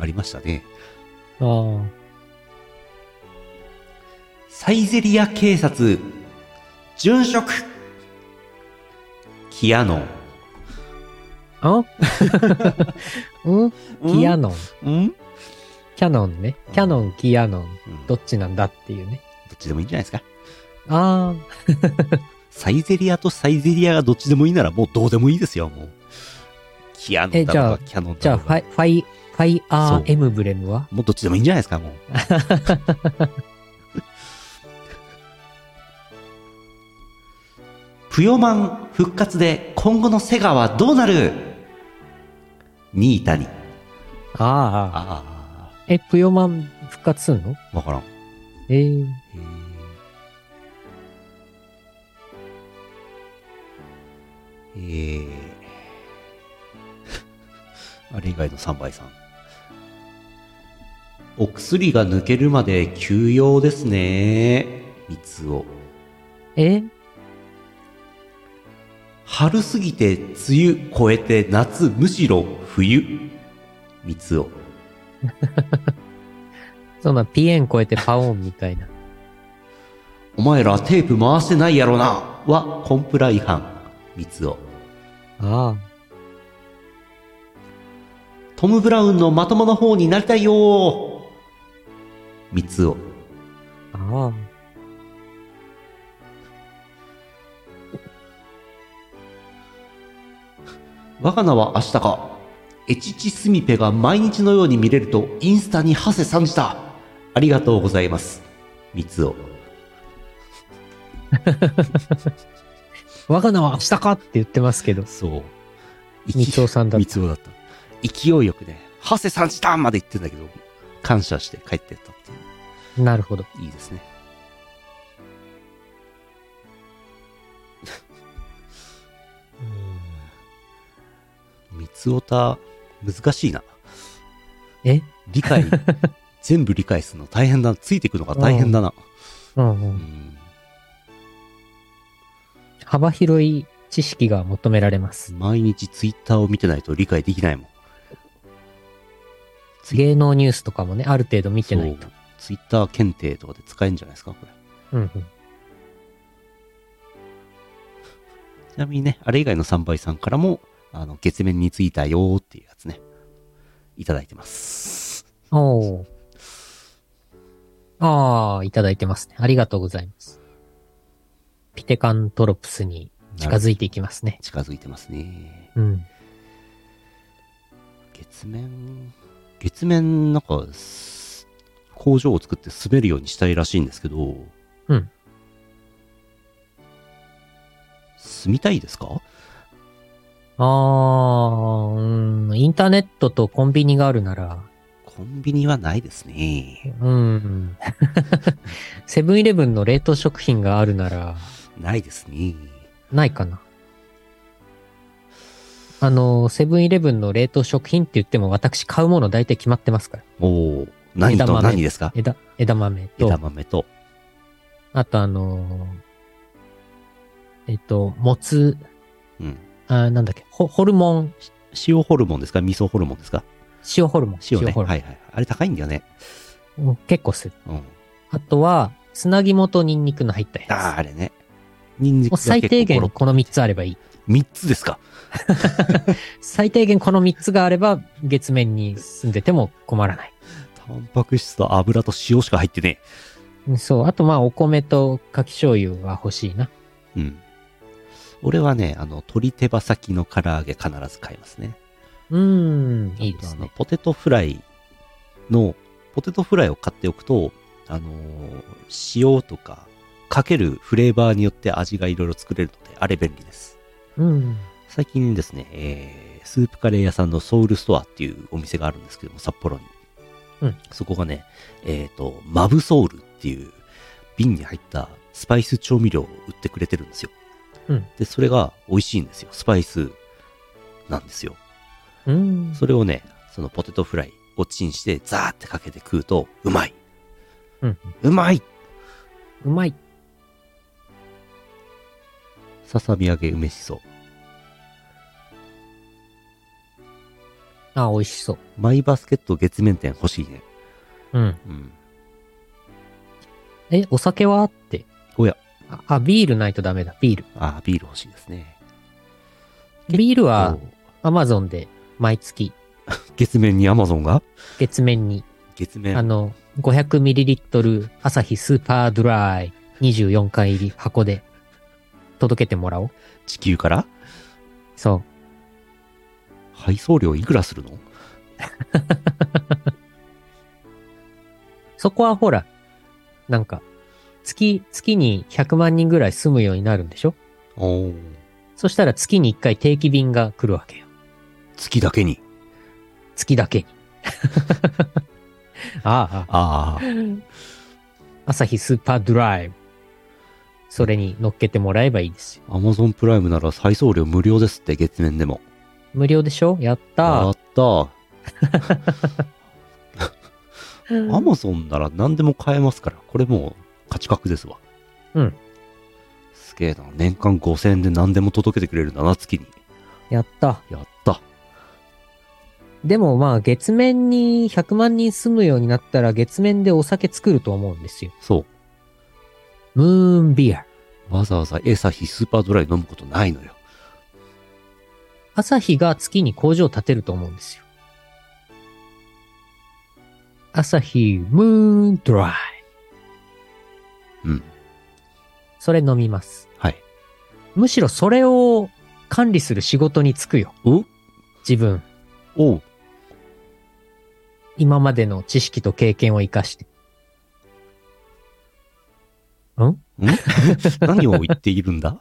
Speaker 2: ありましたね。
Speaker 1: ああ、
Speaker 2: サイゼリア警察、殉職。キアノン。
Speaker 1: あ うんキヤノン。
Speaker 2: ン。ん
Speaker 1: キャノンね。キャノン、キヤノン。
Speaker 2: うん
Speaker 1: ど
Speaker 2: ど
Speaker 1: っちなんだっていうね。
Speaker 2: っちでもいいんじゃないですか。
Speaker 1: あ
Speaker 2: サイゼリアとサイゼリアがどっちでもいいならもうどうでもいいですよ、もう。キアノンだ
Speaker 1: えじゃ
Speaker 2: ろう
Speaker 1: あ
Speaker 2: がキャノン
Speaker 1: あ、じゃ
Speaker 2: だろ
Speaker 1: あフ
Speaker 2: う
Speaker 1: ァ
Speaker 2: が
Speaker 1: イ、ファイ、ファイア
Speaker 2: そう
Speaker 1: ーエムブレムは
Speaker 2: もうどっちでもいいんじゃないですか、もう。 ぷよマン復活で今後のセガはどうなるニータに。
Speaker 1: ああ、
Speaker 2: あ
Speaker 1: え、ぷよまん復活すんの
Speaker 2: あ、わからん。
Speaker 1: ええ
Speaker 2: へーえー、 あれ以外の3倍さん。お薬が抜けるまで休養ですね。三つを。
Speaker 1: え
Speaker 2: 春過ぎて梅雨越えて夏むしろ冬。三つを。
Speaker 1: そんなピエン超えてパオンみたいな。
Speaker 2: お前らテープ回してないやろな。はコンプラ違反。三つを。
Speaker 1: あ
Speaker 2: トム・ブラウンのまともな方になりたいよ三つを。
Speaker 1: あ、ああ。
Speaker 2: 我が名は明日か。エチチスミペが毎日のように見れるとインスタにハセ参じた。ありがとうございます。三つを。
Speaker 1: 我が名は明日かって言ってますけど。
Speaker 2: そう。
Speaker 1: みつおさんだった
Speaker 2: みつおだった。勢いよくね、ハセ参じたまで言ってんだけど、感謝して帰ってったっていう。
Speaker 1: なるほど。
Speaker 2: いいです ね。うーん三つおた、難しいな。
Speaker 1: え
Speaker 2: 理解、全部理解するの大変だ。ついていくのが大変だな。
Speaker 1: うんう。
Speaker 2: うんん、
Speaker 1: 幅広い知識が求められます。
Speaker 2: 毎日ツイッターを見てないと理解できないもん。
Speaker 1: 芸能ニュースとかもね、ある程度見てないと
Speaker 2: そう。ツイッター検定とかで使えるんじゃないですか、これ。
Speaker 1: うんうん。
Speaker 2: ちなみにね、あれ以外の3倍さんからも、あの、月面についたよーっていうやつね、いただいてます。
Speaker 1: おーああ、いただいてますね。ありがとうございます。ピテカントロプスに近づいていきますね。
Speaker 2: 近づいてますね。
Speaker 1: うん。
Speaker 2: 月面、月面なんかす、工場を作って滑るようにしたいらしいんですけど、
Speaker 1: うん。
Speaker 2: 住みたいですか
Speaker 1: ああ、うん、インターネットとコンビニがあるなら、
Speaker 2: コンビニはないですね。
Speaker 1: うん。セブンイレブンの冷凍食品があるなら、
Speaker 2: ないですね。
Speaker 1: ないかな。あの、セブンイレブンの冷凍食品って言っても私買うもの大体決まってますから。
Speaker 2: おー、何
Speaker 1: 枝
Speaker 2: と
Speaker 1: 豆
Speaker 2: 何ですか
Speaker 1: 枝、枝豆と
Speaker 2: 枝、豆と。
Speaker 1: あとあのーえっと、もつ、
Speaker 2: うん。
Speaker 1: あなんだっけ、ホホルモン、
Speaker 2: 塩ホルモンですか味噌ホルモンですか
Speaker 1: 塩ホルモン、
Speaker 2: 塩ね。
Speaker 1: ホルモ
Speaker 2: は
Speaker 1: ン
Speaker 2: いはい。あれ高いんだよね。
Speaker 1: うん結構する。
Speaker 2: うん。
Speaker 1: あとは、つなぎもとニンニクの入った
Speaker 2: あ
Speaker 1: や
Speaker 2: あ、あれね。人
Speaker 1: つ。
Speaker 2: 参
Speaker 1: もう最低限この3つあればいい。
Speaker 2: 3つですか
Speaker 1: 最低限この3つがあれば、月面に住んでても困らない。
Speaker 2: タンパク質と油と塩しか入ってね
Speaker 1: そう。あと、まあ、お米とかき醤油は欲しいな。
Speaker 2: え。うん。俺はね、あの、鶏手羽先の唐揚げ必ず買いますね。
Speaker 1: うーん、いいで
Speaker 2: あ
Speaker 1: す
Speaker 2: の
Speaker 1: ね。
Speaker 2: ポテトフライの、ポテトフライを買っておくと、あのー塩とか、かけるフレーバーによって味がいろいろ作れるので、あれ便利です。
Speaker 1: うん。
Speaker 2: 最近ですね、えースープカレー屋さんのソウルストアっていうお店があるんですけども、札幌に。
Speaker 1: うん
Speaker 2: そこがね、えっ、と、マブソウルっていう瓶に入ったスパイス調味料を売ってくれてるんですよ。
Speaker 1: うん
Speaker 2: で、それが美味しいんですよ。スパイスなんですよ。
Speaker 1: うん。
Speaker 2: それをね、そのポテトフライをチンしてザーってかけて食うと、うまい。
Speaker 1: うん。
Speaker 2: うまいう
Speaker 1: まい。
Speaker 2: ささみ揚げ梅しそ。
Speaker 1: あ、美味しそう。
Speaker 2: マイバスケット月面店欲しいね。
Speaker 1: うん。
Speaker 2: うん。
Speaker 1: え、お酒はって。
Speaker 2: おや。
Speaker 1: あ、あビールないとダメだ。ビール。
Speaker 2: あー、ビール欲しいですね。
Speaker 1: ビールは
Speaker 2: お、
Speaker 1: アマゾンで毎月
Speaker 2: 月面にアマゾンが
Speaker 1: 月面に、
Speaker 2: 月
Speaker 1: あ
Speaker 2: 面。
Speaker 1: の、500ml 朝日スーパードライ24缶入り箱で届けてもらおう。
Speaker 2: 地球から
Speaker 1: そう。
Speaker 2: 配送料いくらするの
Speaker 1: そこはほら、なんか、月、月に100万人ぐらい住むようになるんでしょ
Speaker 2: おー
Speaker 1: そしたら月に1回定期便が来るわけよ。
Speaker 2: 月だけに。
Speaker 1: 月だ けに。ああ、
Speaker 2: ああ。
Speaker 1: 朝日スーパードライ。それに乗っけてもらえばいいですよ。
Speaker 2: アマゾンプライムなら配送料無料ですって、月面でも。
Speaker 1: 無料でしょやった
Speaker 2: や
Speaker 1: ー。
Speaker 2: ったー。アマゾンなら何でも買えますから、これもう価値格ですわ。
Speaker 1: うん。
Speaker 2: すげえな。年間5000円で何でも届けてくれるんだな、月に。
Speaker 1: やった。
Speaker 2: やった。
Speaker 1: でもまあ月面に100万人住むようになったら月面でお酒作ると思うんですよ。
Speaker 2: そ
Speaker 1: ムーンビア。
Speaker 2: う。わざわざエサヒスーパードライ飲むことないのよ。
Speaker 1: 朝日が月に工場を建てると思うんですよ。朝日ムーンドライ。
Speaker 2: うん。
Speaker 1: それ飲みます。
Speaker 2: はい。
Speaker 1: むしろそれを管理する仕事に就くよ。
Speaker 2: お
Speaker 1: 自分。
Speaker 2: おう。
Speaker 1: 今までの知識と経験を活かして。
Speaker 2: ん 何を言っているんだ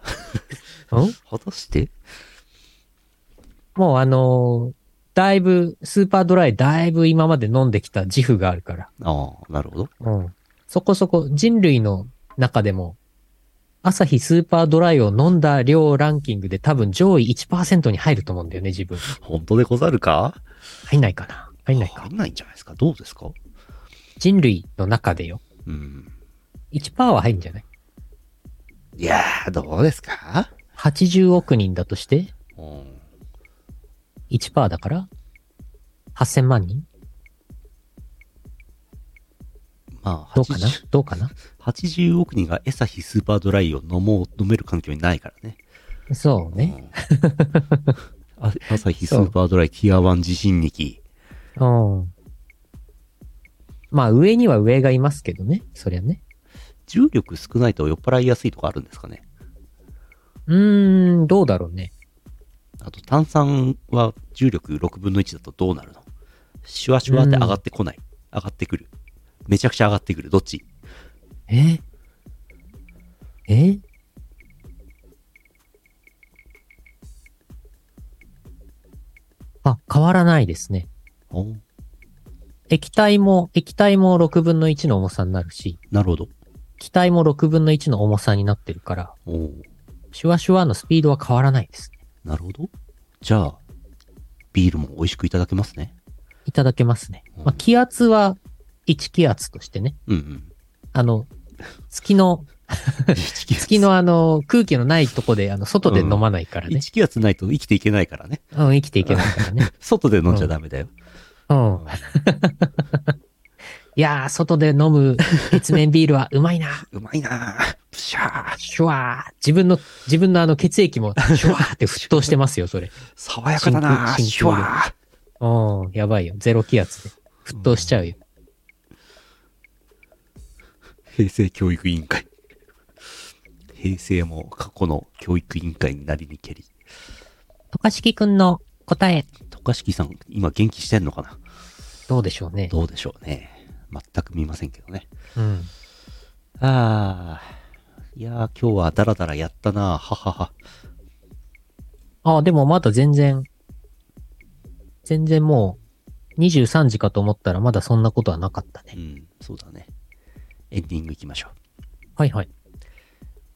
Speaker 1: うん
Speaker 2: 果たして
Speaker 1: もうあのーだいぶ、スーパードライだいぶ今まで飲んできた自負があるから。
Speaker 2: ああ、なるほど。
Speaker 1: うん。そこそこ人類の中でも、朝日スーパードライを飲んだ量ランキングで多分上位1%に入ると思うんだよね、自分。
Speaker 2: 本当でござるか
Speaker 1: 入んないかな入んないか
Speaker 2: 入。んないんじゃないですかどうですか
Speaker 1: 人類の中でよ。
Speaker 2: うん。
Speaker 1: 1%は入るんじゃない
Speaker 2: いやー、どうですか
Speaker 1: ?80 億人だとして、
Speaker 2: うん。
Speaker 1: 1%だから、8000万人
Speaker 2: まあ、
Speaker 1: どうかな
Speaker 2: 80
Speaker 1: どうかな
Speaker 2: 80億人がエサヒスーパードライを飲もう、飲める環境にないからね。
Speaker 1: そうね。
Speaker 2: うんあ朝日スーパードライティア1地震劇。
Speaker 1: うん。まあ上には上がいますけどね。そりゃね。
Speaker 2: 重力少ないと酔っ払いやすいとかあるんですかね。
Speaker 1: うーん、どうだろうね。
Speaker 2: あと炭酸は重力6分の1だとどうなるのシュワシュワって上がってこない。上がってくる。めちゃくちゃ上がってくる。どっち
Speaker 1: ええあ、変わらないですね。
Speaker 2: お
Speaker 1: 液体も、液体も6分の1の重さになるし、
Speaker 2: なるほど。
Speaker 1: 気体も6分の1の重さになってるから、
Speaker 2: お
Speaker 1: シュワシュワのスピードは変わらないですね。
Speaker 2: なるほど。じゃあ、ビールも美味しくいただけますね。
Speaker 1: いただけますね。まあ、気圧は1気圧としてね、
Speaker 2: うん うん。
Speaker 1: あの、月の、月
Speaker 2: 月
Speaker 1: のあの、空気のないとこで、あの、外で飲まないからね。
Speaker 2: 1気圧ないと生きていけないからね。
Speaker 1: うん、生きていけないからね。
Speaker 2: 外で飲んじゃダメだよ。
Speaker 1: うん。いやー、外で飲む月面ビールはうまいな。
Speaker 2: うまいなぁ。プシャー。
Speaker 1: シュワー。自分の、自分のあの血液もシュワーって沸騰してますよ、それ。
Speaker 2: 爽やかだな
Speaker 1: 真
Speaker 2: ぁ。
Speaker 1: 空
Speaker 2: シュワー。
Speaker 1: うん、やばいよ。ゼロ気圧で。沸騰しちゃうよ。
Speaker 2: 平成教育委員会。平成も過去の教育委員会になりにけり。
Speaker 1: 渡嘉敷くんの答え、
Speaker 2: 渡嘉敷さん、今元気してんのかな
Speaker 1: どうでしょうね。
Speaker 2: どうでしょうね。全く見ませんけどね。
Speaker 1: うん。
Speaker 2: あー。いやー、今日はダラダラやったなぁ。ははは。
Speaker 1: ああ、でもまだ全然、全然もう、 23時かと思ったらまだそんなことはなかった
Speaker 2: う
Speaker 1: ね。
Speaker 2: ん、そうだね。エンディングいきましょう。
Speaker 1: はいはい。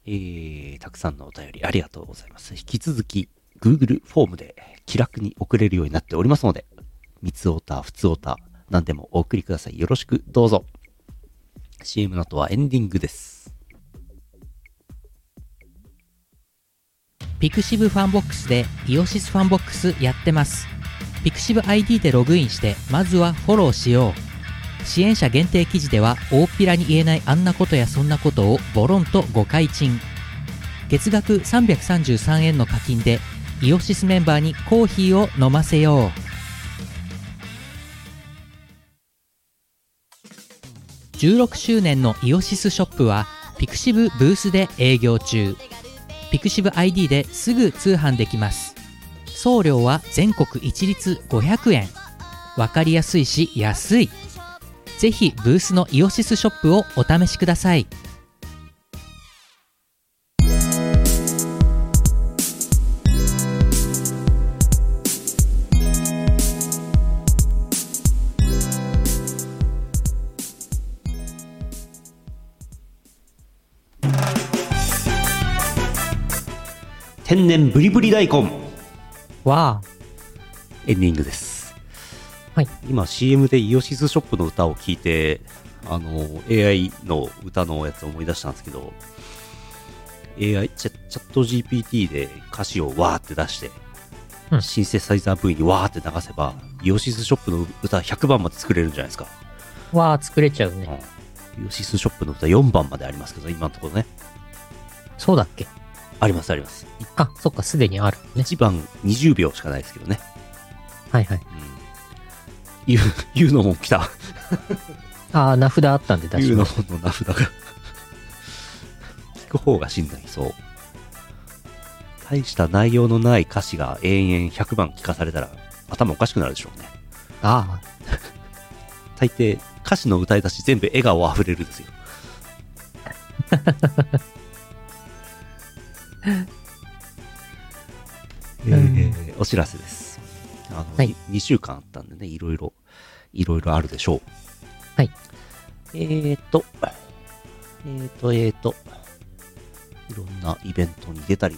Speaker 2: えー、たくさんのお便りありがとうございます。引き続き、Google フォームで気楽に送れるようになっておりますので、三つおた、ふつおた、何でもお送りください。よろしくどうぞ。CM の後はエンディングです。
Speaker 3: ピクシブファンボックスでイオシスファンボックスやってます。ピクシブ ID でログインして、まずはフォローしよう。支援者限定記事では、大っぴらに言えないあんなことやそんなことをボロンと誤解賃。月額333円の課金で、イオシスメンバーにコーヒーを飲ませよう。16周年のイオシスショップは、ピクシブブースで営業中。ピクシブ ID ですぐ通販できます送料は全国一律500円わかりやすいし安いぜひブースのイオシスショップをお試しください
Speaker 2: 天然ブリブリ大根、
Speaker 1: わあ。
Speaker 2: エンディングです。
Speaker 1: はい。
Speaker 2: 今 CM でイオシスショップの歌を聞いて、あの、AI の歌のやつを思い出したんですけど、AI、チャチャット GPT で歌詞をわーって出して、
Speaker 1: うん
Speaker 2: シンセサイザー V にわーって流せば、イオシスショップの歌100番まで作れるんじゃないですか。
Speaker 1: わあ、作れちゃうね。
Speaker 2: うんイオシスショップの歌4番までありますけど、今のところね。
Speaker 1: そうだっけ
Speaker 2: ありますあります。
Speaker 1: あ、そっか、すでにあるね。
Speaker 2: 1番20秒しかないですけどね。
Speaker 1: はいはい。
Speaker 2: 言う、言うのも来た。
Speaker 1: ああ、名札あったんで
Speaker 2: 言
Speaker 1: 確
Speaker 2: う
Speaker 1: か
Speaker 2: の
Speaker 1: に。
Speaker 2: もの名札が。聞く方が死んだりそう。大した内容のない歌詞が延々100番聞かされたら頭おかしくなるでしょうね。
Speaker 1: ああ、
Speaker 2: 大抵歌詞の歌い出し全部笑顔あふれるです よ。えーお知らせです。あの、
Speaker 1: はい
Speaker 2: 2週間あったんでね、いろいろ、いろいろあるでしょう。
Speaker 1: はい。
Speaker 2: えーと、えーと、えーと、いろんなイベントに出たり、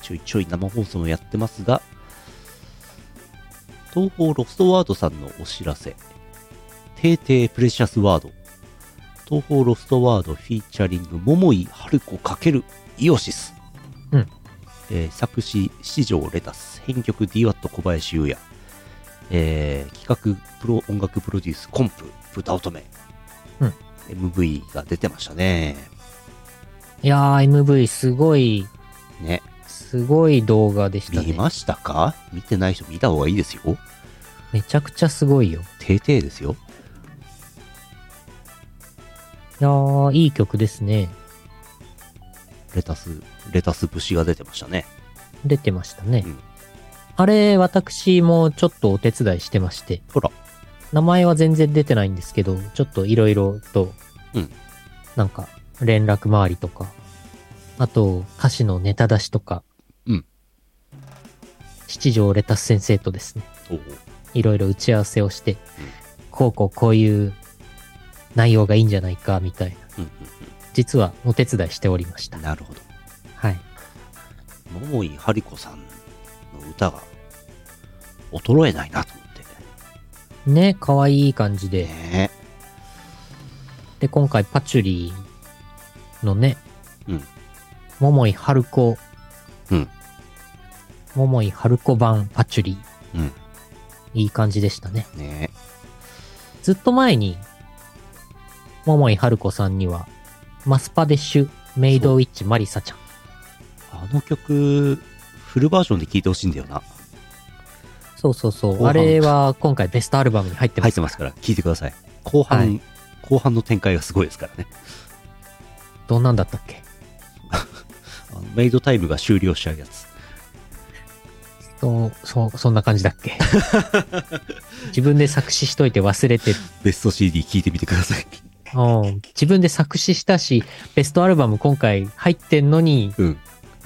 Speaker 2: ちょいちょい生放送もやってますが、東方ロストワードさんのお知らせ、テーテープレシャスワード。東方ロストワードフィーチャリング桃井春子×イオシス。
Speaker 1: うん
Speaker 2: えー作詞、四条レタス。編曲、DWAT 小林優也。えー企画、プロ音楽プロデュース、コンプ、豚乙女。
Speaker 1: うん。
Speaker 2: MV が出てましたね。
Speaker 1: いやー、MV すごい、
Speaker 2: ね。
Speaker 1: すごい動画でした
Speaker 2: 見
Speaker 1: ね。
Speaker 2: ましたか見てない人見た方がいいですよ。
Speaker 1: めちゃくちゃすごいよ。
Speaker 2: テーテーですよ。
Speaker 1: いやー、いい曲ですね。
Speaker 2: レタス、レタス節が出てましたね。
Speaker 1: 出てましたね。
Speaker 2: うん
Speaker 1: あれ、私もちょっとお手伝いしてまして。
Speaker 2: ほら。
Speaker 1: 名前は全然出てないんですけど、ちょっといろいろと、
Speaker 2: うん
Speaker 1: なんか、連絡回りとか、あと、歌詞のネタ出しとか、
Speaker 2: うん
Speaker 1: 七条レタス先生とですね、
Speaker 2: おお。
Speaker 1: いろいろ打ち合わせをして、こうこうこういう内容がいいんじゃないか、みたいな。
Speaker 2: うんうん
Speaker 1: 実はお手伝いしておりまし
Speaker 2: う
Speaker 1: た
Speaker 2: ん。。なるほど。
Speaker 1: はい。
Speaker 2: 桃井春子さんの歌が衰えないなと思っ
Speaker 1: ね、可愛い感じ
Speaker 2: て
Speaker 1: で。
Speaker 2: ね。
Speaker 1: で、今回パチュリーのね、
Speaker 2: うん
Speaker 1: 桃井春子、
Speaker 2: うん
Speaker 1: 桃井春子版パチュリ
Speaker 2: うん。
Speaker 1: ー、いい感じでしたね。
Speaker 2: ね
Speaker 1: ずっと前に、桃井春子さんには、マスパデッシュ、メイドウィッチ、マリサちゃん。
Speaker 2: あの曲、フルバージョンで聴いてほしいんだよな。
Speaker 1: そうそうそ
Speaker 2: 後
Speaker 1: う。
Speaker 2: 半
Speaker 1: あれは今回ベストアルバムに入ってま
Speaker 2: 入っ
Speaker 1: す。
Speaker 2: てますから、聴いてください。後半、
Speaker 1: はい
Speaker 2: 後半の展開がすごいですからね。
Speaker 1: どんなんだったっけ
Speaker 2: あのメイドタイムが終了しちゃうやつ。
Speaker 1: そう、そう、そんな感じだっけ 自分で作詞しといて忘れてる。
Speaker 2: ベスト CD 聴いてみてください。
Speaker 1: うん自分で作詞したし、ベストアルバム今回入ってんのに、
Speaker 2: うん。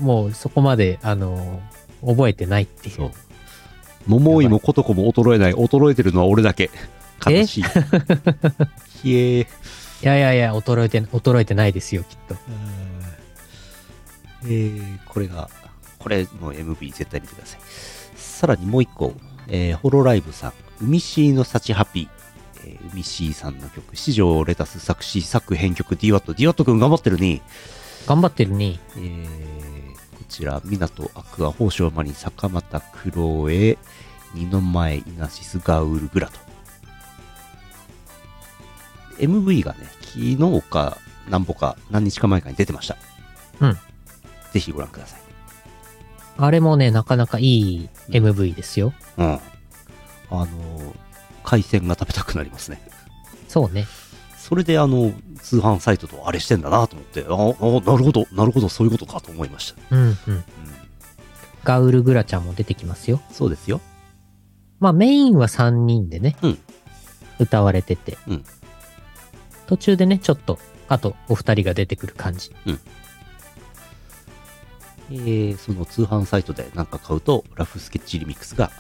Speaker 1: もうそこまで、あの、覚えてないっていう。
Speaker 2: そう。桃井もことこも衰えない。衰えてるのは俺だけ。悲 しい。ひえー。
Speaker 1: いやいやいや、衰えて、衰えてないですよ、きっと。
Speaker 2: えー、これが、これの MV 絶対見てください。さらにもう一個、えー、ホロライブさん、海シーの幸ハッピー。えー、海シーさんの曲、四条レタス作詞、作編曲 DWAT。DWAT くん頑張ってるね。
Speaker 1: 頑張ってるね。
Speaker 2: えー、こちら、港アクア、宝生マリン、坂又クロエ、二の前、イナシス、ガウルグラと。MV がね、昨日か、何歩か、何日か前かに出てました。
Speaker 1: うん。
Speaker 2: ぜひご覧ください。
Speaker 1: あれもね、なかなかいい MV ですよ。
Speaker 2: うん。あの、海鮮が食べたくなりますね。
Speaker 1: そうね。
Speaker 2: それで、あの、通販サイトとあれしてんだなと思って、ああ、なるほど、なるほど、そういうことかと思いました。
Speaker 1: うんうん。
Speaker 2: うん。
Speaker 1: ガウルグラちゃんも出てきますよ。
Speaker 2: そうですよ。
Speaker 1: まあメインは3人でね、
Speaker 2: うん
Speaker 1: 歌われてて、
Speaker 2: うん
Speaker 1: 途中でね、ちょっと、あとお二人が出てくる感じ。
Speaker 2: えー、その通販サイトで何か買うと、ラフスケッチリミックスが、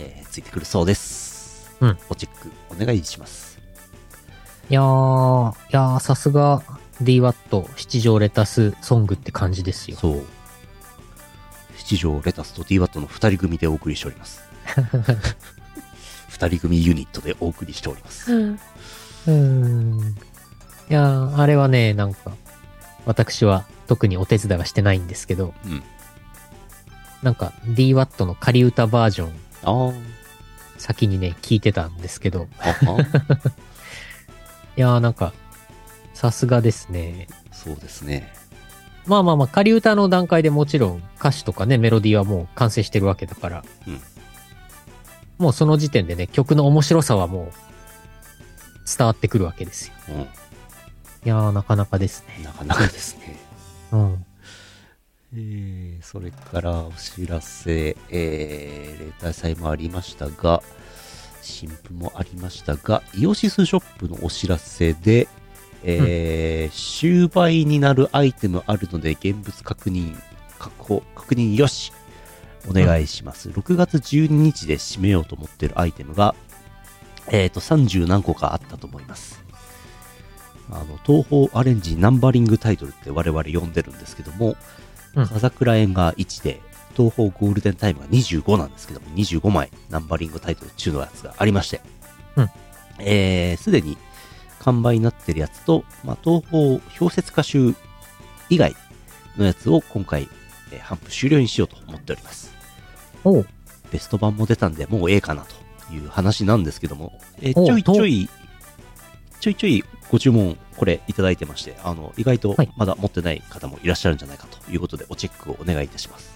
Speaker 2: えーついてくるそうです。
Speaker 1: うん。
Speaker 2: おチェックお願いします。
Speaker 1: いやー、いやー、さすが DWAT 七条レタスソングって感じですよ。
Speaker 2: そう。七条レタスと DWAT の二人組でお送りしてお ります。二人組ユニットでお送りしております。
Speaker 1: うーん。いやー、あれはね、なんか、私は特にお手伝いはしてないんですけど、
Speaker 2: うん
Speaker 1: なんか DWAT の仮歌バージョン
Speaker 2: あー
Speaker 1: 先にね、聞いてたんですけど、
Speaker 2: ああ。
Speaker 1: いやーなんか、さすがですね。
Speaker 2: そうですね。
Speaker 1: まあまあまあ、仮歌の段階でもちろん歌詞とかね、メロディーはもう完成してるわけだから、
Speaker 2: うん
Speaker 1: もうその時点でね、曲の面白さはもう伝わってくるわけですよ。
Speaker 2: う
Speaker 1: いやーなかなかですね。
Speaker 2: ん。なかなかですね。
Speaker 1: うん。
Speaker 2: えー、それからお知らせ、えー、例大祭もありましたが、新婦もありましたが、イオシスショップのお知らせで、えー終売になるアイテムあるので、現物確認、確保、確認よしお願いします。6月12日で締めようと思ってるアイテムが、えっ、と、30何個かあったと思います。あの、東方アレンジナンバリングタイトルって我々呼んでるんですけども、
Speaker 1: うん
Speaker 2: 風倉園が1で、東方ゴールデンタイムが25なんですけども、25枚ナンバリングタイトル中のやつがありまして、
Speaker 1: うん
Speaker 2: えーすでに完売になってるやつと、まあ、東方氷雪歌集以外のやつを今回、えー、半分終了にしようと思っております。
Speaker 1: おう
Speaker 2: ベスト版も出たんで、もうええかなという話なんですけども、えー
Speaker 1: おう
Speaker 2: ちょいちょい、ちょいちょいご注文、これいただいてまして、あの、意外と
Speaker 1: はい
Speaker 2: まだ持ってない方もいらっしゃるんじゃないかということで、おチェックをお願いいたします。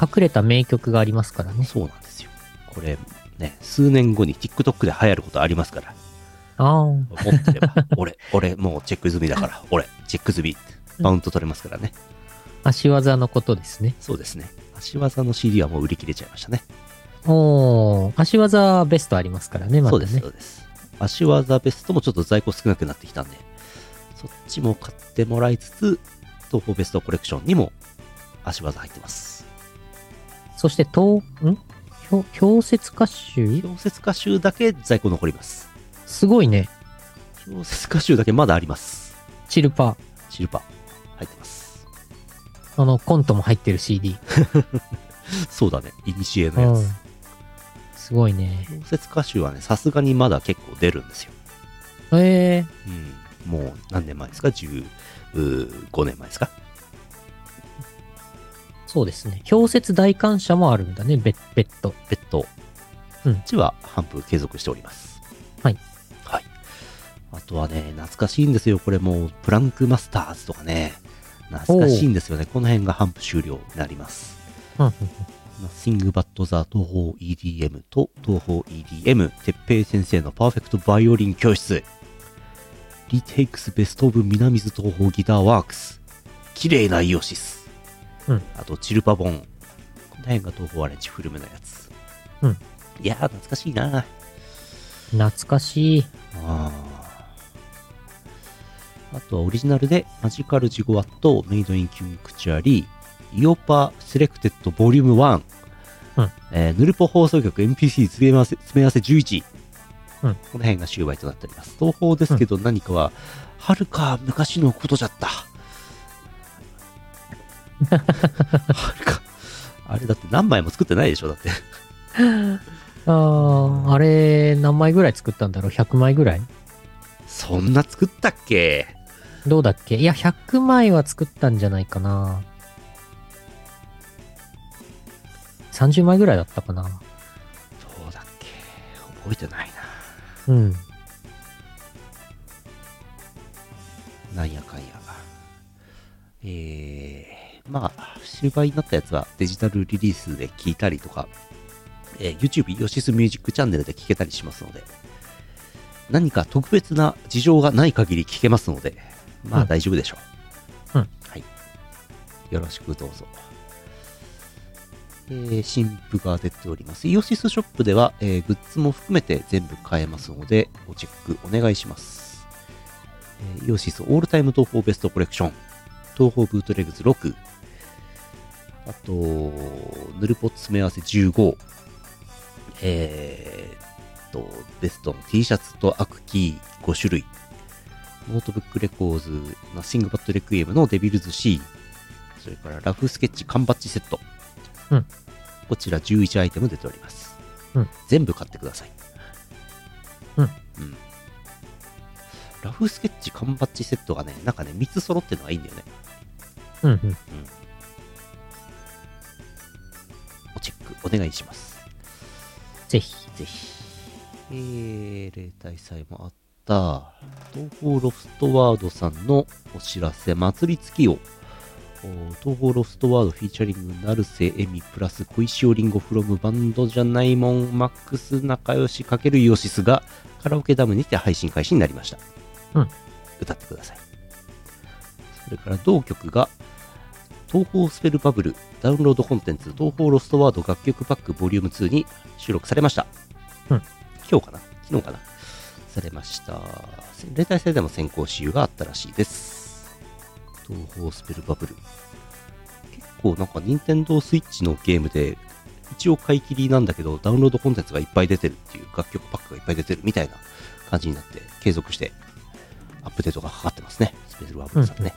Speaker 1: 隠れた名曲がありますからね。
Speaker 2: そうなんですよ。これ、ね、数年後に TikTok で流行ることありますから、
Speaker 1: あー
Speaker 2: 持ってれ ば、俺、俺、もうチェック済みだから、俺、チェック済み、バウント取れますからね。
Speaker 1: 足技のことですね。
Speaker 2: そうですね。足技の CD はもう売り切れちゃいましたね。
Speaker 1: おー、足技ベストありますからね、ま
Speaker 2: そ
Speaker 1: た
Speaker 2: うです、
Speaker 1: ね
Speaker 2: そ。うです。足技ベストもちょっと在庫少なくなってきたんで、そっちも買ってもらいつつ、東宝ベストコレクションにも足技入ってます。
Speaker 1: そして、東、ん氷氷雪歌集
Speaker 2: 氷雪歌集だけ在庫残ります。
Speaker 1: すごいね。
Speaker 2: 氷雪歌集だけまだあります。
Speaker 1: チルパー。
Speaker 2: シルバー入ってます。
Speaker 1: あの、コントも入ってる CD。
Speaker 2: そうだね。イニシエの
Speaker 1: う
Speaker 2: や
Speaker 1: ん。すごいね
Speaker 2: つ。。氷雪歌集はね、さすがにまだ結構出るんですよ。
Speaker 1: え
Speaker 2: うん。もう何年前ですか ?15 年前ですか
Speaker 1: ー、そうですね。氷雪大感謝もあるんだね、別別途。
Speaker 2: 別途、
Speaker 1: うん
Speaker 2: こっちは半分継続しております。
Speaker 1: はい。
Speaker 2: はい。あとはね、懐かしいんですよ。これもう、プランクマスターズとかね、懐かしいんですよね。この辺が半分終了になります。
Speaker 1: うんうん
Speaker 2: ナッシングバットザ東方 EDM と東方 EDM 鉄平先生のパーフェクトバイオリン教室リテイクスベストオブ南水東方ギターワークス綺麗なイオシス、
Speaker 1: うん
Speaker 2: あとチルパボンこの辺が東方アレンジ古めのやつ、
Speaker 1: うん
Speaker 2: いやー懐かしいな
Speaker 1: 懐かしい。
Speaker 2: あーあとはオリジナルでマジカルジゴワットメイドインキュンクチュアリーイオパセレクテッドボリューム1
Speaker 1: うん
Speaker 2: えーヌルポ放送局 NPC 詰め合わせ詰め合わせ11、
Speaker 1: うん
Speaker 2: この辺が終売となっております東宝ですけど何かははるか昔のことじゃったはるかあれだって何枚も作ってないでしょだって
Speaker 1: ああ、あれ、何枚ぐらい作ったんだろう ?100 枚ぐらい
Speaker 2: そんな作ったっけ
Speaker 1: どうだっけいや、100枚は作ったんじゃないかな。30枚ぐらいだったかな。
Speaker 2: どうだっけ覚えてない
Speaker 1: うん。
Speaker 2: ななんやかんやえー、まあ終売になったやつはデジタルリリースで聞いたりとか、えー YouTube ヨシスミュージックチャンネルで聞けたりしますので何か特別な事情がない限り聞けますのでまあ
Speaker 1: うん
Speaker 2: 大丈夫でしょう、
Speaker 1: うん
Speaker 2: はいよろしくどうぞえー新譜が出ております。イオシスショップでは、えーグッズも含めて全部買えますので、ごチェックお願いします。えーイオシスオールタイム東宝ベストコレクション、東宝ブートレグズ6、あと、ヌルポ詰め合わせ15、えーっと、ベストの T シャツとアクキー5種類、ノートブックレコーズ、ナッシングバットレクイエムのデビルズ C、それからラフスケッチ缶バッジセット、こちら11アイテム出ております。
Speaker 1: うん
Speaker 2: 全部買ってください。
Speaker 1: うん
Speaker 2: ラフスケッチ缶バッジセットがね、なんかね、3つ揃ってるのがいいんだよね。
Speaker 1: うんうん。
Speaker 2: チェックお願いします。
Speaker 1: ぜひ。
Speaker 2: ぜひ。えー、例大祭もあった、東方ロストワードさんのお知らせ、祭り月を、お東方ロストワードフィーチャリング、成瀬恵美プラス小石尾りんごフロムバンドじゃないもん、マックス仲良し×イオシスがカラオケダムにて配信開始になりました。
Speaker 1: うん。
Speaker 2: 歌ってください。それから同曲が、東方スペルバブルダウンロードコンテンツ東方ロストワード楽曲パックボリューム2に収録されました。今日かな昨日かなされました。例大祭でも先行使用があったらしいです。東方スペルバブル。結構なんか任天堂スイッチのゲームで、一応買い切りなんだけど、ダウンロードコンテンツがいっぱい出てるっていう、楽曲パックがいっぱい出てるみたいな感じになって、継続してアップデートがかかってますね。スペルバブルさんね。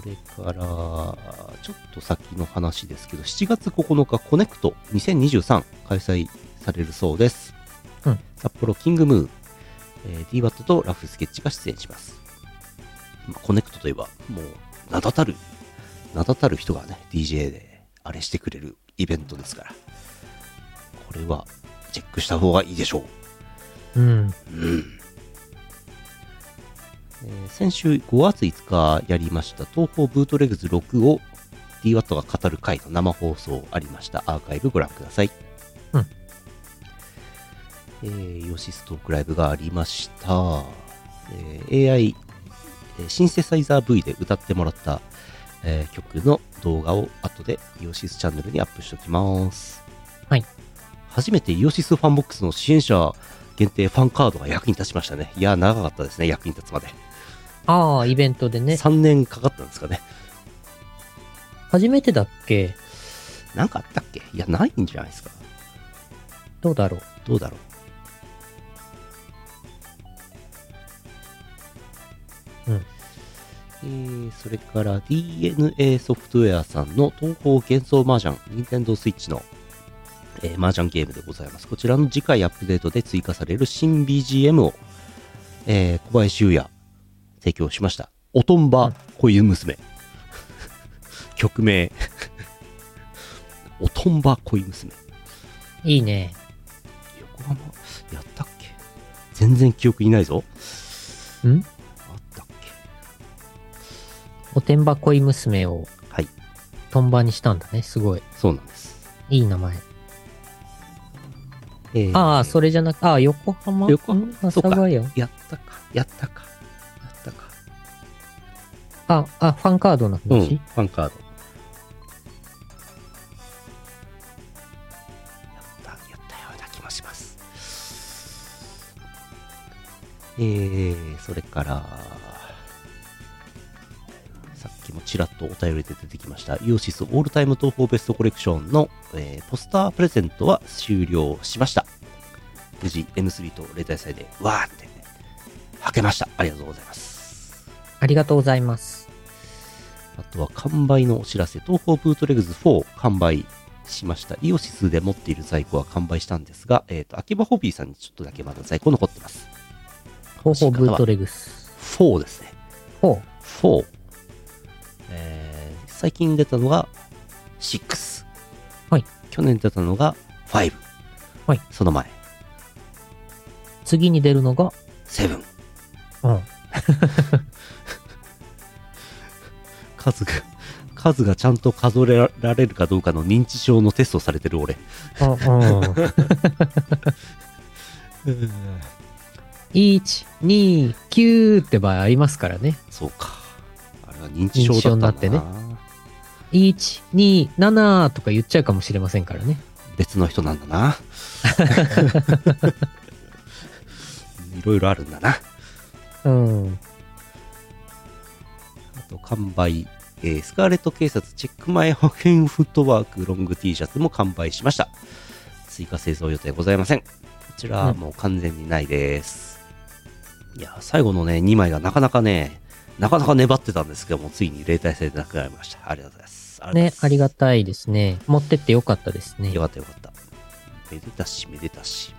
Speaker 2: それから、ちょっと先の話ですけど、7月9日、コネクト2023開催されるそうです。
Speaker 1: うん
Speaker 2: 札幌キングムーン、えー、DWAT とラフスケッチが出演します。まあコネクトといえば、もう、名だたる、名だたる人がね、DJ であれしてくれるイベントですから、これはチェックした方がいいでしょう。
Speaker 1: うん。
Speaker 2: えー先週5月5日やりました東方ブートレグズ6を DWAT が語る回の生放送ありましたアーカイブご覧ください。
Speaker 1: うん
Speaker 2: えー、ヨシストークライブがありました。えー AI、えーシンセサイザー V で歌ってもらった、えー曲の動画を後でイオシスチャンネルにアップしておきます。
Speaker 1: はい。
Speaker 2: 初めてイオシスファンボックスの支援者限定ファンカードが役に立ちましたね。いや、長かったですね、役に立つまで。
Speaker 1: ああ、イベントでね。
Speaker 2: 3年かかったんですかね。
Speaker 1: 初めてだっけ
Speaker 2: なんかあったっけいや、ないんじゃないですか。
Speaker 1: どうだろう。
Speaker 2: どうだろう。
Speaker 1: うん
Speaker 2: えー、それから DNA ソフトウェアさんの東方幻想麻雀、Nintendo Switch の、えー、麻雀ゲームでございます。こちらの次回アップデートで追加される新 BGM を、えー小林優也提供しました。おとんば恋娘。曲名。 おとんば恋娘。
Speaker 1: いいね。
Speaker 2: 横浜やったっけ全然記憶にないぞ
Speaker 1: ん
Speaker 2: あったっけ
Speaker 1: おてんば恋娘を、
Speaker 2: はい
Speaker 1: トンバにしたんだね。すごい。
Speaker 2: そうなんです、
Speaker 1: いい名前。
Speaker 2: えー
Speaker 1: ああ、それじゃなく、ああ、横浜
Speaker 2: 横浜
Speaker 1: ん阿
Speaker 2: そ
Speaker 1: 佐
Speaker 2: うか
Speaker 1: ヶ谷
Speaker 2: やったかやったかやったか
Speaker 1: あ、あ、ファンカードの
Speaker 2: うん
Speaker 1: 話、
Speaker 2: ファンカードやったやったような気もしますえー、それからさっきもちらっとお便りで出てきました、イオシスオールタイム東宝ベストコレクションの、えーポスタープレゼントは終了しました。無事 M3 と例大祭でわーって、はけました。ありがとうございます。
Speaker 1: ありがとうございます。
Speaker 2: あとは完売のお知らせ、東方ブートレグズ4完売しました。イオシスで持っている在庫は完売したんですが、えっ、と、秋葉ホビーさんにちょっとだけまだ在庫残ってます。
Speaker 1: 方法ブートレグス。
Speaker 2: 4ですね。
Speaker 1: ほう。
Speaker 2: 4。えー、最近出たのが6。
Speaker 1: はい。
Speaker 2: 去年出たのが5。
Speaker 1: はい。
Speaker 2: その前、
Speaker 1: 次に出るのが、
Speaker 2: 7。
Speaker 1: うん。
Speaker 2: 数が、数がちゃんと数えられるかどうかの認知症のテストされてる俺。
Speaker 1: うん、うん。1、2、9って場合ありますからね。
Speaker 2: そうか。あれは認知症だったんだな。
Speaker 1: 認知症にな1、2、7とか言っちゃうかもしれませんからね。
Speaker 2: 別の人なんだな。 いろいろあるんだな。
Speaker 1: うん。
Speaker 2: あと、完売。えースカーレット警察チェック前保険フットワークロング T シャツも完売しました。追加製造予定ございません。こちらはもう完全にないです。いや、最後のね、2枚がなかなかね、なかなか粘ってたんですけども、ついに例大制でなくなりました。ありがとうございま
Speaker 1: ね、
Speaker 2: す。
Speaker 1: あり
Speaker 2: とうござい
Speaker 1: が
Speaker 2: ます
Speaker 1: たいですね。持ってってよかったですね
Speaker 2: よ。かったよかった。めでたしめでたし。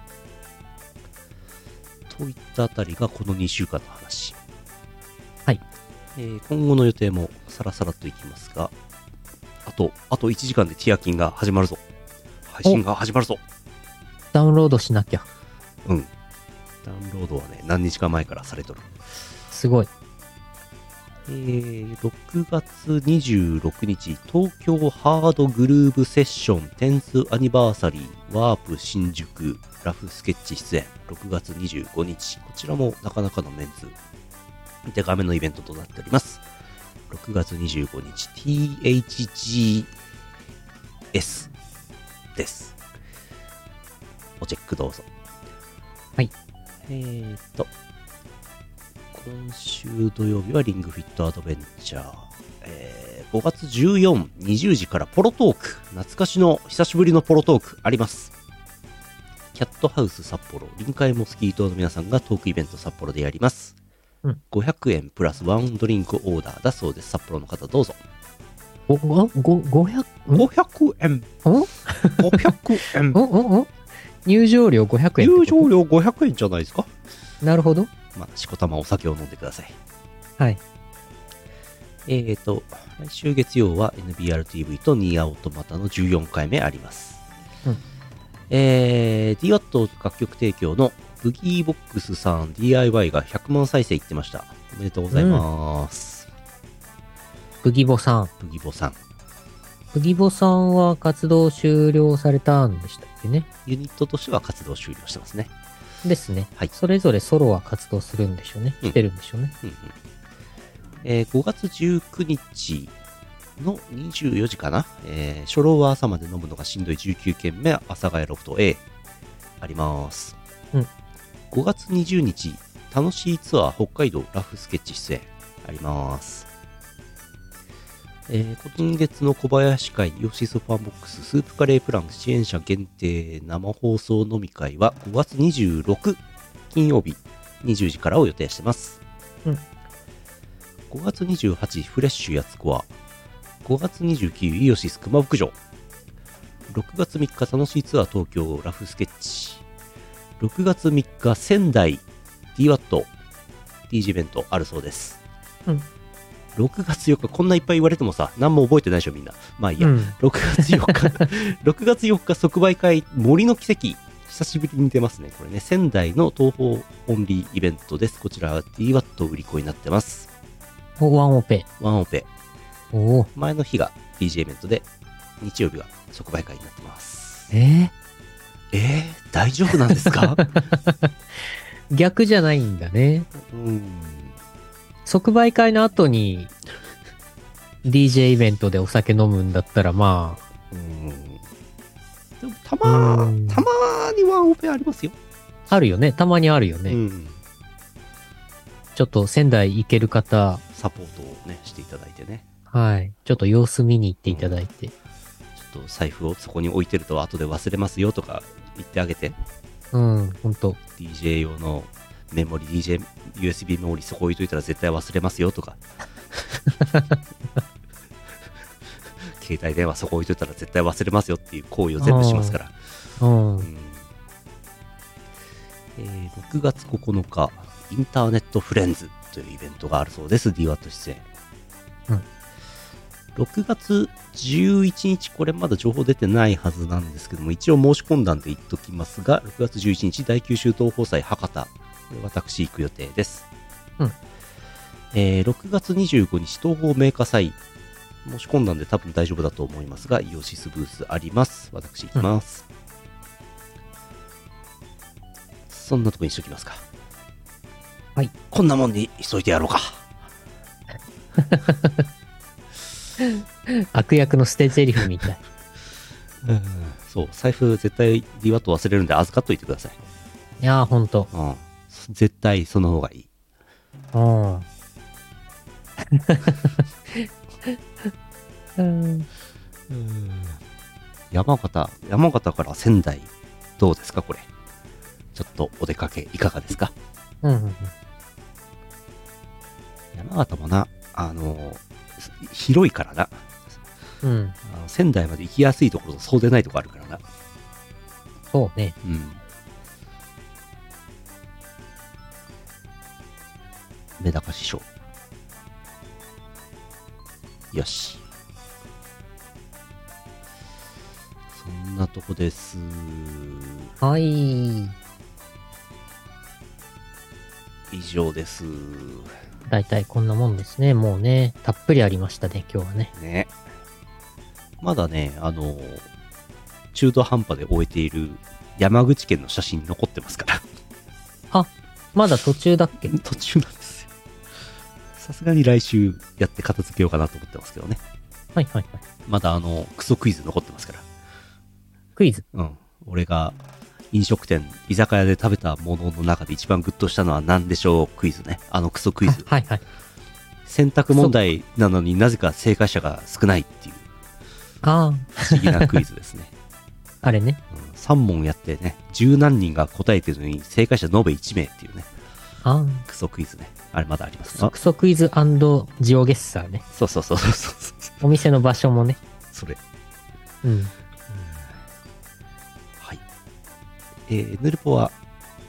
Speaker 2: といったあたりがこの2週間の話。
Speaker 1: はい。
Speaker 2: えー今後の予定もさらさらっといきますが、あと、あと1時間でティアキンが始まるぞ。配信が始まるぞ。
Speaker 1: ダウンロードしなきゃ。
Speaker 2: うん。ダウンロードはね、何日か前からされとる。
Speaker 1: すごい。
Speaker 2: えー6月26日、東京ハードグルーブセッション10アニバーサリーワープ新宿ラフスケッチ出演6月25日、こちらもなかなかのメンツ、で画面のイベントとなっております。6月25日、THGS です。おチェックどうぞ。
Speaker 1: はい。
Speaker 2: えーっと、今週土曜日はリングフィットアドベンチャー、えー5月14、20時からポロトーク、懐かしの久しぶりのポロトークあります。キャットハウス札幌、臨海モスキー島の皆さんがトークイベント札幌でやります。
Speaker 1: うん
Speaker 2: 500円プラスワンドリンクオーダーだそうです。札幌の方どうぞ。
Speaker 1: ご、ご、ご、500、ん
Speaker 2: 500円
Speaker 1: お
Speaker 2: ?500 円
Speaker 1: おおお入場料500円。
Speaker 2: 入場料500円じゃないですか
Speaker 1: なるほど。
Speaker 2: まあ、しこたまお酒を飲んでください。
Speaker 1: はい。
Speaker 2: えーと、来週月曜は NBRTV とニアオトマタの14回目あります。
Speaker 1: うん
Speaker 2: えー、DWAT 楽曲提供のブギーボックスさん DIY が100万再生いってました。おめでとうございます。
Speaker 1: ブギボさん。
Speaker 2: ブギボさん。
Speaker 1: ブギボさんは活動終了されたんでしたっけね。
Speaker 2: ユニットとしては活動終了してますね。
Speaker 1: ですね。
Speaker 2: はい
Speaker 1: それぞれソロは活動するんでしょうね。
Speaker 2: うん
Speaker 1: してるんでしょうね。
Speaker 2: うんうんえー5月19日の24時かな、えー初老は朝まで飲むのがしんどい19軒目、阿佐ヶ谷ロフト A あります。
Speaker 1: うん
Speaker 2: 5月20日、楽しいツアー北海道ラフスケッチ出演あります。えー今月の小林会ヨシソファンボックススープカレープラン支援者限定生放送飲み会は5月26金曜日20時からを予定してます。5月28フレッシュやつこは5月29イオシス熊牧場6月3日楽しいツアー東京ラフスケッチ6月3日仙台 DWAT DJ イベントあるそうです、
Speaker 1: うん
Speaker 2: 6月4日こんないっぱい言われてもさ何も覚えてないでしょみんなまあいいや、
Speaker 1: うん。
Speaker 2: 6月4日 6月4日即売会森の奇跡久しぶりに出ますねこれね仙台の東方オンリーイベントですこちらは DWAT 売り子になってます
Speaker 1: おワンオペ。
Speaker 2: ワンオペ。
Speaker 1: おお。
Speaker 2: 前の日が DJ イベントで、日曜日が即売会になってます。
Speaker 1: え
Speaker 2: えー、大丈夫なんですか
Speaker 1: ー、逆じゃないんだね。
Speaker 2: うん。
Speaker 1: 即売会の後に DJ イベントでお酒飲むんだったらまあ
Speaker 2: うん。でも、たま
Speaker 1: うん
Speaker 2: ー、たまーにワンオペありますよ。
Speaker 1: あるよねたまにあるよね、
Speaker 2: うん。
Speaker 1: ちょっと仙台行ける方
Speaker 2: サポートをね、していただいてね。
Speaker 1: はい。ちょっと様子見に行っていただいて。
Speaker 2: ちょっと財布をそこに置いてると後で忘れますよとか言ってあげて、
Speaker 1: うん、ほんと。
Speaker 2: DJ 用のメモリ、DJ、USB メモリそこ置いといたら絶対忘れますよとか。携帯電話そこ置いといたら絶対忘れますよっていう行為を全部しますから。
Speaker 1: うん。
Speaker 2: うんえー6月9日、インターネットフレンズというイベントがあるそうです、DWAT 出演。
Speaker 1: うん
Speaker 2: 6月11日、これまだ情報出てないはずなんですけども、一応申し込んだんで言っときますが、6月11日、第九州東宝祭博多、これ私行く予定です。
Speaker 1: うん
Speaker 2: えー6月25日、東宝メーカー祭、申し込んだんで多分大丈夫だと思いますが、イオシスブースあります。私行きます。そんなとこにしときますか。
Speaker 1: はい。
Speaker 2: こんなもんにしといてやろうか。
Speaker 1: 悪役の捨て台詞みたい。
Speaker 2: うん。そう、財布絶対 DWAT 忘れるんで預かっといてください。
Speaker 1: いやー、ほんと。
Speaker 2: うん。絶対その方がいい。
Speaker 1: うん。うん
Speaker 2: 山形、山形から仙台、どうですかこれ。ちょっとお出かけいかがですか
Speaker 1: うんうん
Speaker 2: 山形もな、あのす広いからな。
Speaker 1: うん。
Speaker 2: あの仙台まで行きやすいところとそうでないところあるからな。
Speaker 1: そうね。
Speaker 2: うん。メダカ師匠。よし。そんなとこです。
Speaker 1: はい。
Speaker 2: 以上です。
Speaker 1: だいたいこんなもんですね。もうね、たっぷりありましたね、今日はね。
Speaker 2: ね。まだね、あの、中途半端で終えている山口県の写真残ってますから。
Speaker 1: まだ途中だっけ
Speaker 2: 途中なんですよ。さすがに来週やって片付けようかなと思ってますけどね。
Speaker 1: はいはいはい。
Speaker 2: まだあの、クソクイズ残ってますから。
Speaker 1: クイズ。
Speaker 2: うん。俺が飲食店、居酒屋で食べたものの中で一番グッとしたのは何でしょうクイズね。あのクソクイ ズ。
Speaker 1: あはいはい。
Speaker 2: 選択問題なのになぜか正解者が少ないっていう
Speaker 1: ああ、
Speaker 2: 不思議なクイズです ね。
Speaker 1: あれね。
Speaker 2: うん、3問やってね、十何人が答えてるのに正解者延べ1名っていうね、
Speaker 1: ああ。
Speaker 2: クソクイズね。あれまだあります
Speaker 1: ソ
Speaker 2: あ
Speaker 1: クソクイズジオゲッサーね。
Speaker 2: そうそうそうそうそうそう。
Speaker 1: お店の場所もね。
Speaker 2: それ。
Speaker 1: うん。
Speaker 2: はい。えー、ヌルポは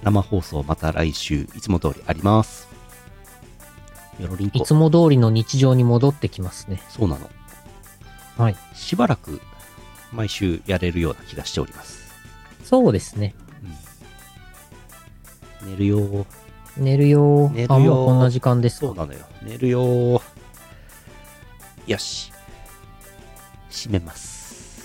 Speaker 2: 生放送また来週、いつも通りあります。よろりん
Speaker 1: い
Speaker 2: こ
Speaker 1: つ。も通りの日常に戻ってきますね。
Speaker 2: そうなの。
Speaker 1: はい。
Speaker 2: しばらく毎週やれるような気がしております。
Speaker 1: そうですね。
Speaker 2: 寝るよー。
Speaker 1: 寝るよー。
Speaker 2: 寝るよー
Speaker 1: あ、もうこんな時間です
Speaker 2: そう
Speaker 1: か。
Speaker 2: なのよ。寝るよー。よし。閉めます。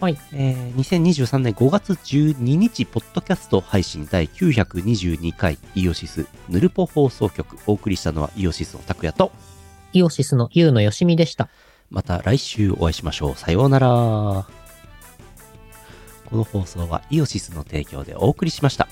Speaker 1: はい。
Speaker 2: えー、2023年5月12日、ポッドキャスト配信第922回、イオシス、ヌルポ放送局。お送りしたのはイオシスの拓也と、
Speaker 1: イオシスのユウのよしみでした。
Speaker 2: また来週お会いしましょう。さようなら。この放送はイオシスの提供でお送りしました。